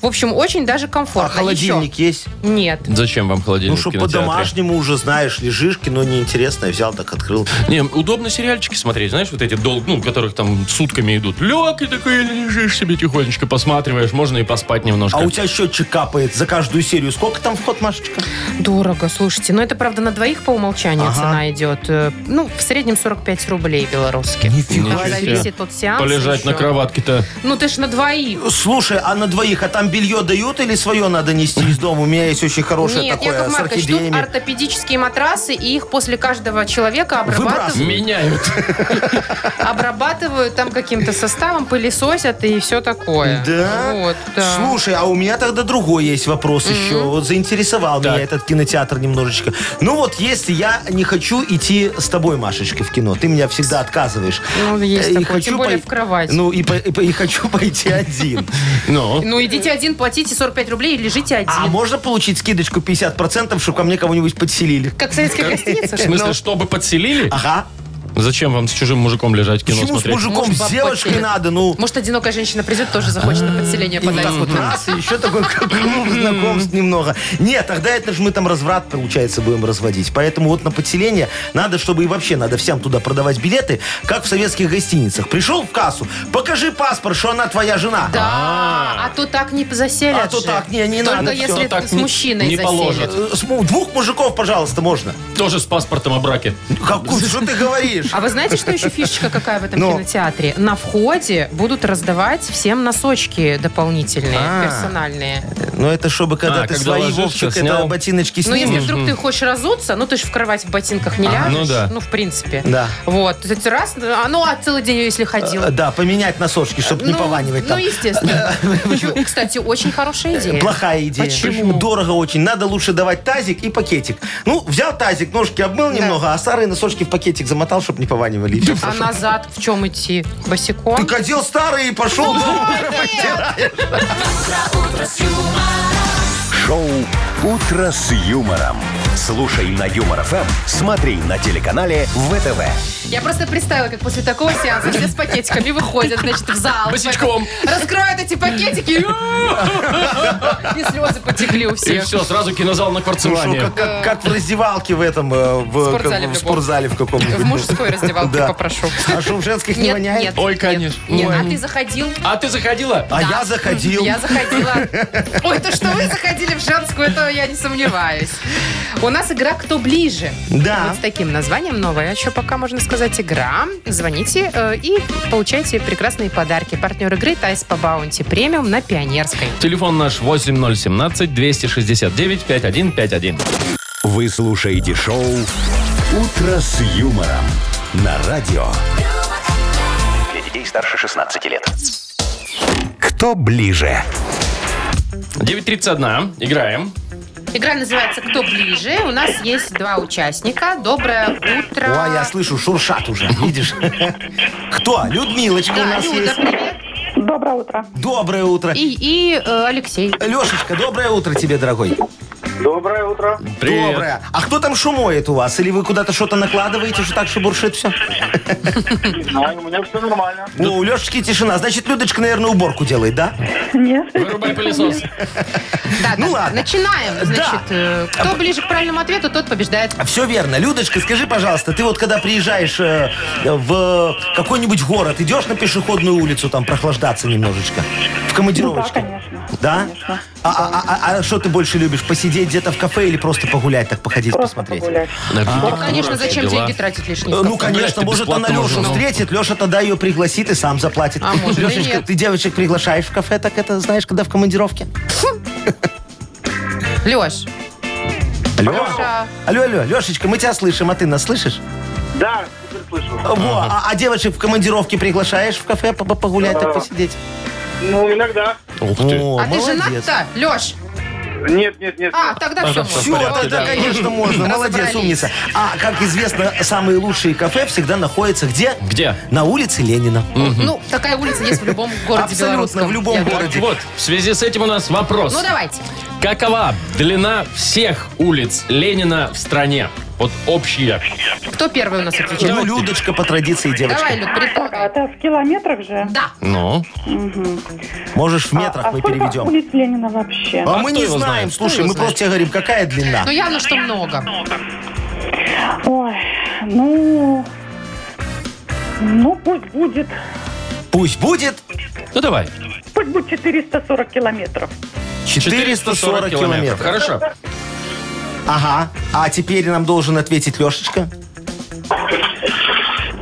Speaker 3: В общем, очень даже
Speaker 4: А
Speaker 3: комфортно.
Speaker 4: холодильник есть?
Speaker 3: Еще- Нет.
Speaker 2: Зачем вам холодильник
Speaker 4: Ну,
Speaker 2: в
Speaker 4: что
Speaker 2: кинотеатре?
Speaker 4: по-домашнему уже, знаешь, лежишь, кино неинтересное, взял, так открыл.
Speaker 2: Не, удобно сериальчики смотреть, знаешь, вот эти долг, ну, которых там сутками идут. Лег и такой лежишь себе тихонечко, посматриваешь, можно и поспать немножко.
Speaker 4: А у тебя счетчик капает за каждую серию. Сколько там вход, Машечка?
Speaker 3: Дорого, слушайте. Но это, правда, на двоих по умолчанию
Speaker 4: Ага.
Speaker 3: цена идет. Э, Ну, в среднем 45 рублей белорусских.
Speaker 4: Нифига
Speaker 3: Там
Speaker 2: себе.
Speaker 3: зависит от сеанса.
Speaker 2: Полежать на
Speaker 3: еще.
Speaker 2: кроватке-то.
Speaker 3: Ну, ты ж на двоих.
Speaker 4: Слушай, а на двоих, а там белье дают или свое надо нести из дома? У меня есть очень хорошее
Speaker 3: Нет,
Speaker 4: такое
Speaker 3: Яков
Speaker 4: с
Speaker 3: Маркович, тут
Speaker 4: орхидеями.
Speaker 3: ортопедические матрасы, и их после каждого человека обрабатывают,
Speaker 4: Выбрасывают. (laughs)
Speaker 2: Меняют.
Speaker 3: обрабатывают там каким-то составом, пылесосят и все такое.
Speaker 4: Да?
Speaker 3: Вот, да.
Speaker 4: Слушай, а у меня тогда другой есть вопрос еще. Вот заинтересовал
Speaker 2: Так.
Speaker 4: меня этот кинотеатр немножечко. Ну вот, если я не хочу идти с тобой, Машечка, в кино, ты меня всегда отказываешь.
Speaker 3: Ну, есть
Speaker 4: Э, и
Speaker 3: такое, тем более в кровать.
Speaker 4: Ну, и, по- и по- и хочу
Speaker 3: (laughs)
Speaker 4: пойти один.
Speaker 2: Ну,
Speaker 3: Ну, идите один, платите 45 рублей и лежите один.
Speaker 4: А можно получить скидочку 50%, чтобы ко мне кого-нибудь подселили? Ну,
Speaker 3: Как советская
Speaker 2: в
Speaker 3: гостиница. что ли?
Speaker 2: смысле, чтобы подселили?
Speaker 4: Ага.
Speaker 2: Зачем вам с чужим мужиком лежать в кино
Speaker 4: А Почему с
Speaker 2: смотреть?
Speaker 4: мужиком,
Speaker 3: Может, баб
Speaker 4: с девочкой
Speaker 3: подселят?
Speaker 4: надо, ну...
Speaker 3: Может, одинокая женщина придет, тоже захочет на подселение
Speaker 4: А, И вот
Speaker 3: подать.
Speaker 4: так вот раз, и еще такой круг знакомств немного. Нет, тогда это же мы там разврат, получается, будем разводить. Поэтому вот на подселение надо, чтобы и вообще надо всем туда продавать билеты, как в советских гостиницах. Пришел в кассу, покажи паспорт, что она твоя жена.
Speaker 3: Да, а то так не заселят
Speaker 4: А то
Speaker 3: же.
Speaker 4: так, не, не
Speaker 3: Только
Speaker 4: надо, всё,
Speaker 3: если
Speaker 2: так
Speaker 3: с
Speaker 2: не-
Speaker 3: мужчиной
Speaker 2: не положат.
Speaker 3: заселят.
Speaker 4: Э, с му- Двух мужиков, пожалуйста, можно. Ну,
Speaker 2: Тоже с паспортом о браке.
Speaker 4: Какую? Что ты говоришь?
Speaker 3: А вы знаете, что еще фишечка какая в этом
Speaker 4: Ну.
Speaker 3: кинотеатре? На входе будут раздавать всем носочки дополнительные,
Speaker 4: А.
Speaker 3: персональные.
Speaker 4: Ну, это чтобы, когда
Speaker 2: А,
Speaker 4: ты
Speaker 2: когда
Speaker 4: свои,
Speaker 2: ложишься,
Speaker 4: Вовчик, это
Speaker 2: снял.
Speaker 4: ботиночки
Speaker 3: Ну, если
Speaker 4: снимешь.
Speaker 3: вдруг ты хочешь разуться, ну, ты же в кровать в ботинках не
Speaker 2: А,
Speaker 3: ляжешь.
Speaker 2: ну да.
Speaker 3: в принципе.
Speaker 4: Да.
Speaker 3: Вот. То есть раз, а ну, а целый день, если ходил.
Speaker 4: Э, Да, поменять носочки, чтобы не
Speaker 3: Ну,
Speaker 4: пованивать
Speaker 3: Ну,
Speaker 4: там.
Speaker 3: естественно.
Speaker 4: (laughs)
Speaker 3: Почему? Кстати, очень хорошая идея.
Speaker 4: Плохая идея.
Speaker 3: Почему?
Speaker 4: Дорого очень. Надо лучше давать тазик и пакетик. Ну, взял тазик, ножки обмыл немного, а старые носочки в пакетик замотал, чтобы не пованивали. И всё
Speaker 3: А
Speaker 4: хорошо.
Speaker 3: назад в чем идти? Босиком?
Speaker 4: Так одел старые и
Speaker 3: Ну
Speaker 4: пошел.
Speaker 1: Шоу «Утро с юмором» Слушай на Юмор ФМ, смотри на телеканале ВТВ.
Speaker 3: Я просто представила, как после такого сеанса все с пакетиками выходят, значит, в зал.
Speaker 2: Босичком.
Speaker 3: Раскроют эти пакетики. и- И слезы потекли у
Speaker 2: И
Speaker 3: всех.
Speaker 2: все, сразу кинозал на
Speaker 4: Слушай,
Speaker 2: кварцевание.
Speaker 4: Ну, как, как- как в раздевалке в этом, э, в
Speaker 3: спортзале в
Speaker 4: как- в спортзале в каком-нибудь.
Speaker 3: В мужской раздевалке
Speaker 4: Да.
Speaker 3: попрошу.
Speaker 4: А шум женских не
Speaker 3: Нет,
Speaker 4: воняет?
Speaker 3: нет.
Speaker 2: Ой,
Speaker 3: нет.
Speaker 2: конечно.
Speaker 3: Нет,
Speaker 2: Ой.
Speaker 3: а ты заходил?
Speaker 2: А ты заходила?
Speaker 4: А я заходил.
Speaker 3: Я заходила.
Speaker 4: (laughs)
Speaker 3: Ой, то, что вы заходили в женскую, это я не сомневаюсь. У нас игра «Кто ближе?»
Speaker 4: Да.
Speaker 3: Вот с таким названием новая. Еще пока можно сказать игра. Звоните э, и получайте прекрасные подарки. Партнер игры «Тайс по баунти премиум» на Пионерской.
Speaker 2: Телефон наш 8017-269-5151.
Speaker 1: Вы слушаете шоу «Утро с юмором» на радио.
Speaker 7: Для детей старше 16 лет.
Speaker 1: Кто ближе?
Speaker 2: 9.31. Играем.
Speaker 3: Игра называется «Кто ближе?». У нас есть два участника. Доброе утро.
Speaker 4: О, я слышу, шуршат уже, видишь? Кто? Людмилочка у
Speaker 3: Да,
Speaker 4: нас
Speaker 3: Люда,
Speaker 4: есть.
Speaker 3: привет.
Speaker 6: Доброе утро.
Speaker 4: Доброе утро.
Speaker 3: И, и, э, Алексей.
Speaker 4: Лешечка, доброе утро тебе, дорогой.
Speaker 5: Доброе утро.
Speaker 2: Привет.
Speaker 4: Доброе. А кто там шумоет у вас? Или вы куда-то что-то накладываете, что так шебуршит все?
Speaker 5: Не знаю, у меня все нормально.
Speaker 4: Ну, у Лешечки тишина. Значит, Людочка, наверное, уборку делает, да?
Speaker 6: Нет.
Speaker 2: Вырубай пылесос.
Speaker 3: Да,
Speaker 4: Ну
Speaker 3: да.
Speaker 4: ладно.
Speaker 3: Начинаем. Значит, э, кто ближе к правильному ответу, тот побеждает.
Speaker 4: Все верно. Людочка, скажи, пожалуйста, ты вот когда приезжаешь э, в какой-нибудь город, идешь на пешеходную улицу там прохлаждаться немножечко? В командировочке?
Speaker 6: Ну конечно.
Speaker 4: Да? А- А а- а что ты больше любишь? Посидеть где-то в кафе или просто погулять, так походить, посмотреть?
Speaker 6: погулять.
Speaker 3: Ну,
Speaker 2: А?
Speaker 3: конечно, зачем деньги тратить лишние?
Speaker 4: А, Э, Ну,
Speaker 2: Блядь, ты
Speaker 4: конечно, может, она
Speaker 2: бесплатно
Speaker 4: Лешу
Speaker 2: можно.
Speaker 4: встретит, Леша тогда ее пригласит и сам заплатит.
Speaker 3: А может, и
Speaker 4: Лешечка,
Speaker 3: нет.
Speaker 4: ты девочек приглашаешь в кафе, так это знаешь, когда в командировке?
Speaker 3: Леш,
Speaker 4: Алло.
Speaker 3: Леша.
Speaker 4: Алло, алло, Лешечка, мы тебя слышим, а ты нас слышишь?
Speaker 5: Да, теперь слышу.
Speaker 4: Во, а, а девочек в командировке приглашаешь в кафе по- по- погулять, так
Speaker 5: Да.
Speaker 4: посидеть?
Speaker 5: Ну, иногда.
Speaker 2: Ух ты.
Speaker 4: О,
Speaker 3: а ты женат-то? Леш.
Speaker 5: Нет, нет, нет.
Speaker 3: А, тогда все.
Speaker 2: Тогда всё.
Speaker 4: Все,
Speaker 2: порядке,
Speaker 4: тогда,
Speaker 2: да.
Speaker 4: конечно, можно. Молодец,
Speaker 3: Разобрались.
Speaker 4: умница. А, как известно, самые лучшие кафе всегда находятся где?
Speaker 2: Где?
Speaker 4: На улице Ленина.
Speaker 3: Ну, такая улица есть в любом городе
Speaker 4: Абсолютно,
Speaker 3: белорусском.
Speaker 4: в любом
Speaker 3: я думаю.
Speaker 4: городе.
Speaker 2: Вот, в связи с этим у нас вопрос.
Speaker 3: Ну, давайте.
Speaker 2: Какова длина всех улиц Ленина в стране? Вот общая.
Speaker 3: Кто первый у нас отвечает?
Speaker 4: Ну, Людочка, по традиции, девочка.
Speaker 3: Давай, Люд, предполагай.
Speaker 6: А Это в километрах же.
Speaker 3: Да.
Speaker 2: Ну,
Speaker 4: Можешь в метрах,
Speaker 6: а
Speaker 4: мы
Speaker 6: сколько
Speaker 4: переведем.
Speaker 6: улиц Ленина вообще?
Speaker 4: А
Speaker 2: А
Speaker 4: мы
Speaker 2: кто
Speaker 4: не
Speaker 2: его
Speaker 4: знаем,
Speaker 2: знает?
Speaker 4: слушай,
Speaker 3: его
Speaker 4: мы
Speaker 3: знает?
Speaker 4: просто говорим, какая длина.
Speaker 3: Ну, явно, что много.
Speaker 6: Ой, ну... Ну, пусть будет.
Speaker 4: Пусть будет
Speaker 2: ну давай.
Speaker 6: Пусть будет 440 километров.
Speaker 4: 440 километров.
Speaker 2: Хорошо.
Speaker 4: Ага. А теперь нам должен ответить Лешечка.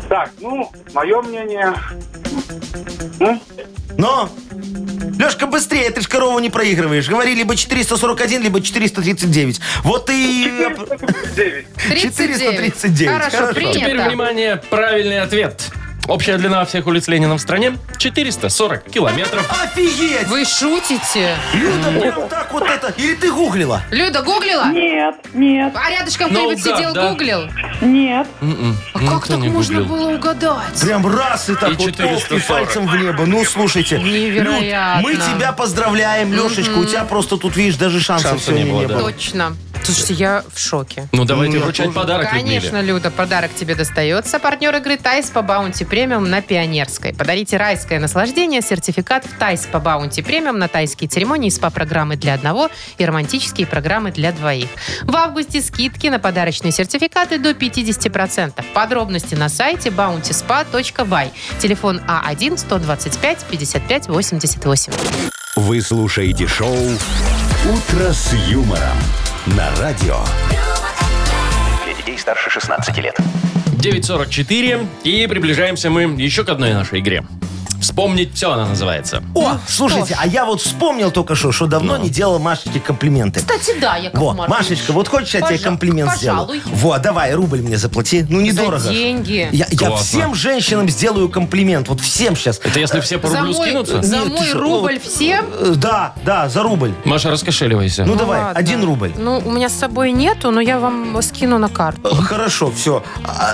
Speaker 5: Так, ну, мое мнение...
Speaker 4: Но... Лешка, быстрее, ты ж корову не проигрываешь. Говори либо 441, либо 439. Вот ты...
Speaker 5: 9.
Speaker 3: 39.
Speaker 4: 439.
Speaker 3: Хорошо,
Speaker 4: Хорошо.
Speaker 3: принято.
Speaker 2: Теперь, внимание, правильный ответ. Общая длина всех улиц Ленина в стране 440 километров.
Speaker 4: Офигеть!
Speaker 3: Вы шутите?
Speaker 4: Люда, прям так вот это... Или ты гуглила?
Speaker 3: Люда, гуглила?
Speaker 6: Нет, нет,
Speaker 3: А рядышком
Speaker 2: Ну,
Speaker 3: кто-нибудь
Speaker 2: да,
Speaker 3: сидел,
Speaker 2: да.
Speaker 3: гуглил?
Speaker 6: нет.
Speaker 2: М-м,
Speaker 3: А
Speaker 4: Ну,
Speaker 2: никто
Speaker 3: как так
Speaker 2: не
Speaker 3: можно
Speaker 2: гуглил.
Speaker 3: было угадать?
Speaker 4: Прям раз и так
Speaker 2: И
Speaker 4: вот оп, и
Speaker 2: 440.
Speaker 4: пальцем в небо. Ну, слушайте.
Speaker 3: Невероятно.
Speaker 4: Люд, мы тебя поздравляем, Лешечка. У тебя просто тут, видишь, даже шансов
Speaker 2: Шанса
Speaker 4: сегодня
Speaker 2: не было, да.
Speaker 3: Точно. Слушайте, я в шоке.
Speaker 2: Ну давайте
Speaker 4: Ну,
Speaker 2: вручать
Speaker 4: тоже.
Speaker 2: подарок Людмиле.
Speaker 3: Конечно, Люда, подарок тебе достается. Партнер игры «Тайс по баунти премиум» на Пионерской. Подарите райское наслаждение, сертификат в «Тайс по баунти премиум» на тайские церемонии, СПА-программы для одного и романтические программы для двоих. В августе скидки на подарочные сертификаты до 50%. Подробности на сайте bountyspa.by. Телефон А А1-125-55-88.
Speaker 1: Вы слушаете шоу «Утро с юмором» на радио.
Speaker 7: Для детей старше 16 лет.
Speaker 2: 9.44. И приближаемся мы еще к одной нашей игре. Вспомнить все она называется.
Speaker 4: О, слушайте, а я вот вспомнил только что, что давно не делал Машечке комплименты.
Speaker 3: Кстати, да, Яков
Speaker 4: Во,
Speaker 3: Маркович.
Speaker 4: Машечка, вот хочешь, я
Speaker 3: Пожа-
Speaker 4: тебе комплимент
Speaker 3: пожалуй.
Speaker 4: сделаю? Во, давай, рубль мне заплати. Ну, недорого.
Speaker 3: За
Speaker 4: ж.
Speaker 3: деньги.
Speaker 4: Я, я
Speaker 2: Классно.
Speaker 4: всем женщинам сделаю комплимент. Вот всем сейчас.
Speaker 2: Это если все по
Speaker 3: За
Speaker 2: рублю
Speaker 3: мой,
Speaker 2: скинутся?
Speaker 3: за
Speaker 4: Нет, ты
Speaker 3: мой
Speaker 4: что,
Speaker 3: рубль
Speaker 4: вот- э,
Speaker 3: всем?
Speaker 4: Да, да, за рубль.
Speaker 2: Маша, раскошеливайся.
Speaker 4: Ну,
Speaker 3: Ну,
Speaker 4: давай,
Speaker 3: ладно.
Speaker 4: один рубль.
Speaker 3: Ну, у меня с собой нету, но я вам скину на карту.
Speaker 4: Э, Хорошо, все.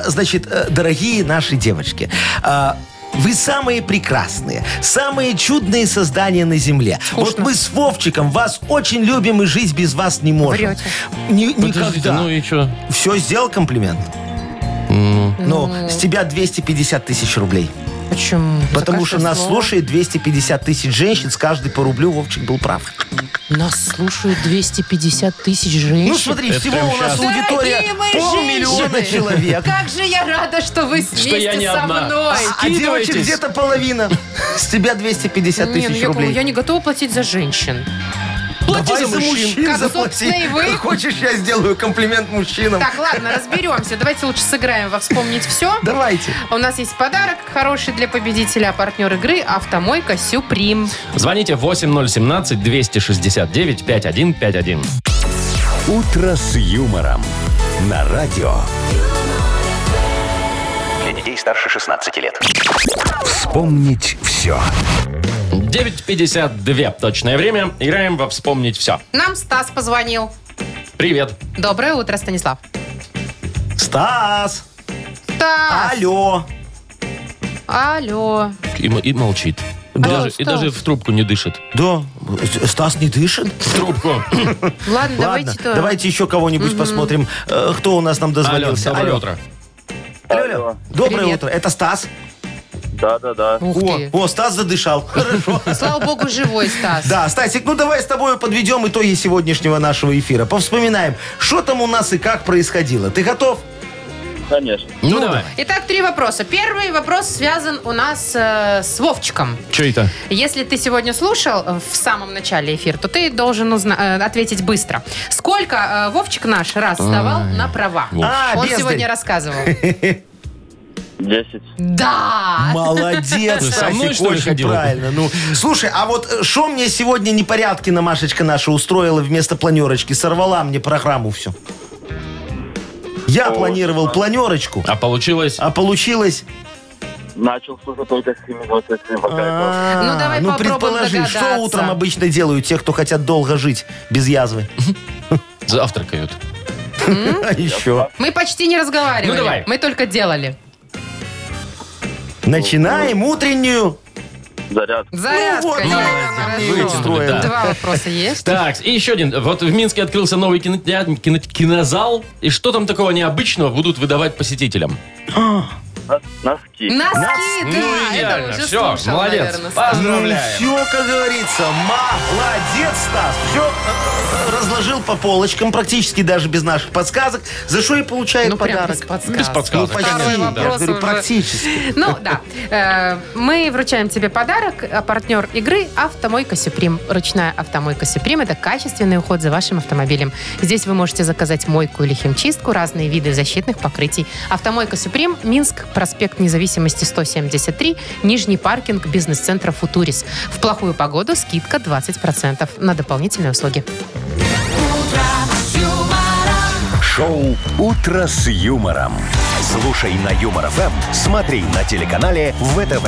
Speaker 4: Значит, э, дорогие наши девочки, а, Вы самые прекрасные, самые чудные создания на Земле. Вот мы с Вовчиком вас очень любим и жить без вас не можем.
Speaker 3: Врете.
Speaker 4: Ни-
Speaker 2: Подождите,
Speaker 4: никогда.
Speaker 2: ну и что?
Speaker 4: Все, сделал комплимент. Ну, с тебя 250 тысяч рублей.
Speaker 3: Почему? За
Speaker 4: Потому что
Speaker 3: каждое
Speaker 4: нас
Speaker 3: слово.
Speaker 4: слушает 250 тысяч женщин, с каждой по рублю Вовчик был прав.
Speaker 9: Нас слушают 250 тысяч женщин.
Speaker 4: Ну смотри,
Speaker 2: Это
Speaker 4: всего
Speaker 2: прям
Speaker 4: у нас
Speaker 2: щас.
Speaker 4: аудитория
Speaker 3: Дорогие мои
Speaker 4: полмиллиона
Speaker 3: женщины!
Speaker 4: человек.
Speaker 3: Как же я рада, что вы вместе
Speaker 2: я не
Speaker 3: со
Speaker 2: одна.
Speaker 3: мной.
Speaker 4: А девочек
Speaker 2: Скидывайтесь.
Speaker 4: где-то половина. С тебя 250
Speaker 3: Не, ну, я,
Speaker 4: тысяч
Speaker 3: говорю, я
Speaker 4: а, рублей.
Speaker 3: не готова платить за женин.
Speaker 4: Давай за мужчин
Speaker 3: Как,
Speaker 4: заплати.
Speaker 3: собственно, и вы.
Speaker 4: Хочешь, я сделаю комплимент мужчинам?
Speaker 3: Так, ладно, разберемся. Давайте лучше сыграем во «Вспомнить все».
Speaker 4: Давайте.
Speaker 3: У нас есть подарок хороший для победителя, а партнер игры «Автомойка Сюприм».
Speaker 2: Звоните 8017-269-5151.
Speaker 1: «Утро с юмором» на радио.
Speaker 7: Для детей старше 16 лет.
Speaker 1: Вспомнить все.
Speaker 2: 9.52 точное время. Играем во «Вспомнить все».
Speaker 3: Нам Стас позвонил.
Speaker 2: Привет.
Speaker 3: Доброе утро, Станислав.
Speaker 4: Стас,
Speaker 3: Стас!
Speaker 4: алло. А.
Speaker 3: Алло.
Speaker 2: И, м- и молчит. И
Speaker 3: Да.
Speaker 2: даже, и даже в трубку не дышит.
Speaker 4: Да, Стас не дышит?
Speaker 2: В трубку.
Speaker 3: Ладно,
Speaker 4: Ладно,
Speaker 3: давайте то.
Speaker 4: давайте еще кого-нибудь посмотрим. Э, Кто у нас нам
Speaker 2: Алло,
Speaker 4: дозвонился?
Speaker 2: доброе
Speaker 4: Алло.
Speaker 2: утро.
Speaker 4: Алло, алло. Доброе
Speaker 3: Привет.
Speaker 4: утро. Это Стас.
Speaker 5: Да-да-да.
Speaker 3: Ух
Speaker 4: О,
Speaker 3: ты.
Speaker 4: о, Стас задышал. (laughs) Хорошо.
Speaker 3: Слава богу, живой Стас.
Speaker 4: Да, Стасик, ну давай с тобой подведем итоги сегодняшнего нашего эфира. Повспоминаем, что там у нас и как происходило.
Speaker 3: (laughs)
Speaker 4: Ты готов?
Speaker 5: Конечно.
Speaker 2: Ну, давай.
Speaker 3: Итак, три вопроса. Первый вопрос связан у нас э, с Вовчиком.
Speaker 2: Что это?
Speaker 3: Если ты сегодня слушал э, в самом начале эфир, то ты должен узна- э, ответить быстро. Сколько э, Вовчик наш раз сдавал на права?
Speaker 4: А,
Speaker 3: Он
Speaker 4: бездарь.
Speaker 3: сегодня
Speaker 4: (laughs)
Speaker 3: рассказывал.
Speaker 5: Десять.
Speaker 3: Да!
Speaker 4: Молодец,
Speaker 2: Ты со
Speaker 4: Стасик,
Speaker 2: мной, что ли,
Speaker 4: очень
Speaker 2: ходила?
Speaker 4: правильно. Ну, слушай, а вот что мне сегодня непорядки на Машечка наша устроила вместо планерочки? Сорвала мне программу всю. Я планировал планерочку,
Speaker 2: А получилось?
Speaker 4: а получилось...
Speaker 5: Начал слушать только с 7.27
Speaker 4: А,
Speaker 3: Ну, давай
Speaker 4: ну,
Speaker 3: попробуем
Speaker 4: предположи, что
Speaker 3: догадаться.
Speaker 4: утром обычно делают те, кто хотят долго жить без язвы?
Speaker 2: Завтракают.
Speaker 4: А еще.
Speaker 3: Мы почти не разговаривали.
Speaker 2: Ну, давай.
Speaker 3: Мы только делали.
Speaker 4: Начинаем утреннюю.
Speaker 5: Заряд.
Speaker 3: Зарядка.
Speaker 4: вот,
Speaker 3: Елена,
Speaker 4: давайте,
Speaker 3: хорошо.
Speaker 4: выстроим.
Speaker 2: Да.
Speaker 3: Два вопроса
Speaker 2: (laughs)
Speaker 3: есть.
Speaker 2: Так, и еще один. Вот в Минске открылся новый кинотеатр, кино- кинозал. И что там такого необычного будут выдавать посетителям?
Speaker 3: Носки,
Speaker 5: Носки.
Speaker 3: да,
Speaker 2: ну, идеально.
Speaker 3: это уже
Speaker 2: Все,
Speaker 3: слушал,
Speaker 2: молодец.
Speaker 3: наверное, Стас.
Speaker 2: Поздравляем.
Speaker 4: все, Ну, как говорится, молодец, Стас. Все разложил по полочкам, практически даже без наших подсказок, за что и получает
Speaker 3: Ну, прям без
Speaker 4: подарок.
Speaker 3: подсказок.
Speaker 2: Без
Speaker 4: Ну,
Speaker 2: подсказок.
Speaker 4: почти.
Speaker 3: Второй
Speaker 4: Я
Speaker 3: вопрос
Speaker 4: же говорю,
Speaker 3: уже.
Speaker 4: практически.
Speaker 3: Ну, да. Э, Мы вручаем тебе подарок, а партнер игры «Автомойка Сюприм». Ручная «Автомойка Сюприм» — это качественный уход за вашим автомобилем. Здесь вы можете заказать мойку или химчистку, разные виды защитных покрытий. «Автомойка Сюприм», Минск, проспект Независимости, 173, Нижний паркинг, бизнес-центр «Футурис». В плохую погоду скидка 20% на дополнительные услуги.
Speaker 1: Шоу «Утро с юмором». Слушай на Юмор ФМ, смотри на телеканале ВТВ.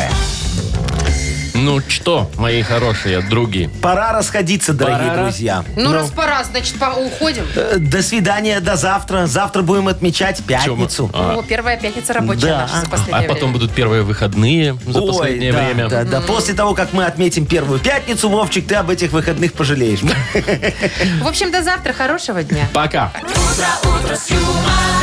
Speaker 2: Ну что, мои хорошие други.
Speaker 4: Пора расходиться, дорогие
Speaker 2: Пора.
Speaker 4: друзья.
Speaker 3: Ну, раз по раз, значит, по- уходим.
Speaker 4: Э, До свидания, до завтра. Завтра будем отмечать пятницу.
Speaker 3: О, первая пятница рабочая
Speaker 4: Да.
Speaker 3: наша за
Speaker 2: А
Speaker 3: последнее
Speaker 2: потом
Speaker 3: время.
Speaker 2: будут первые выходные за
Speaker 4: Ой,
Speaker 2: последнее
Speaker 4: да,
Speaker 2: время.
Speaker 4: Да, да. После того, как мы отметим первую пятницу, Вовчик, ты об этих выходных пожалеешь.
Speaker 3: В общем, до завтра. Хорошего дня.
Speaker 2: Пока.
Speaker 8: Утро, утро с юмором.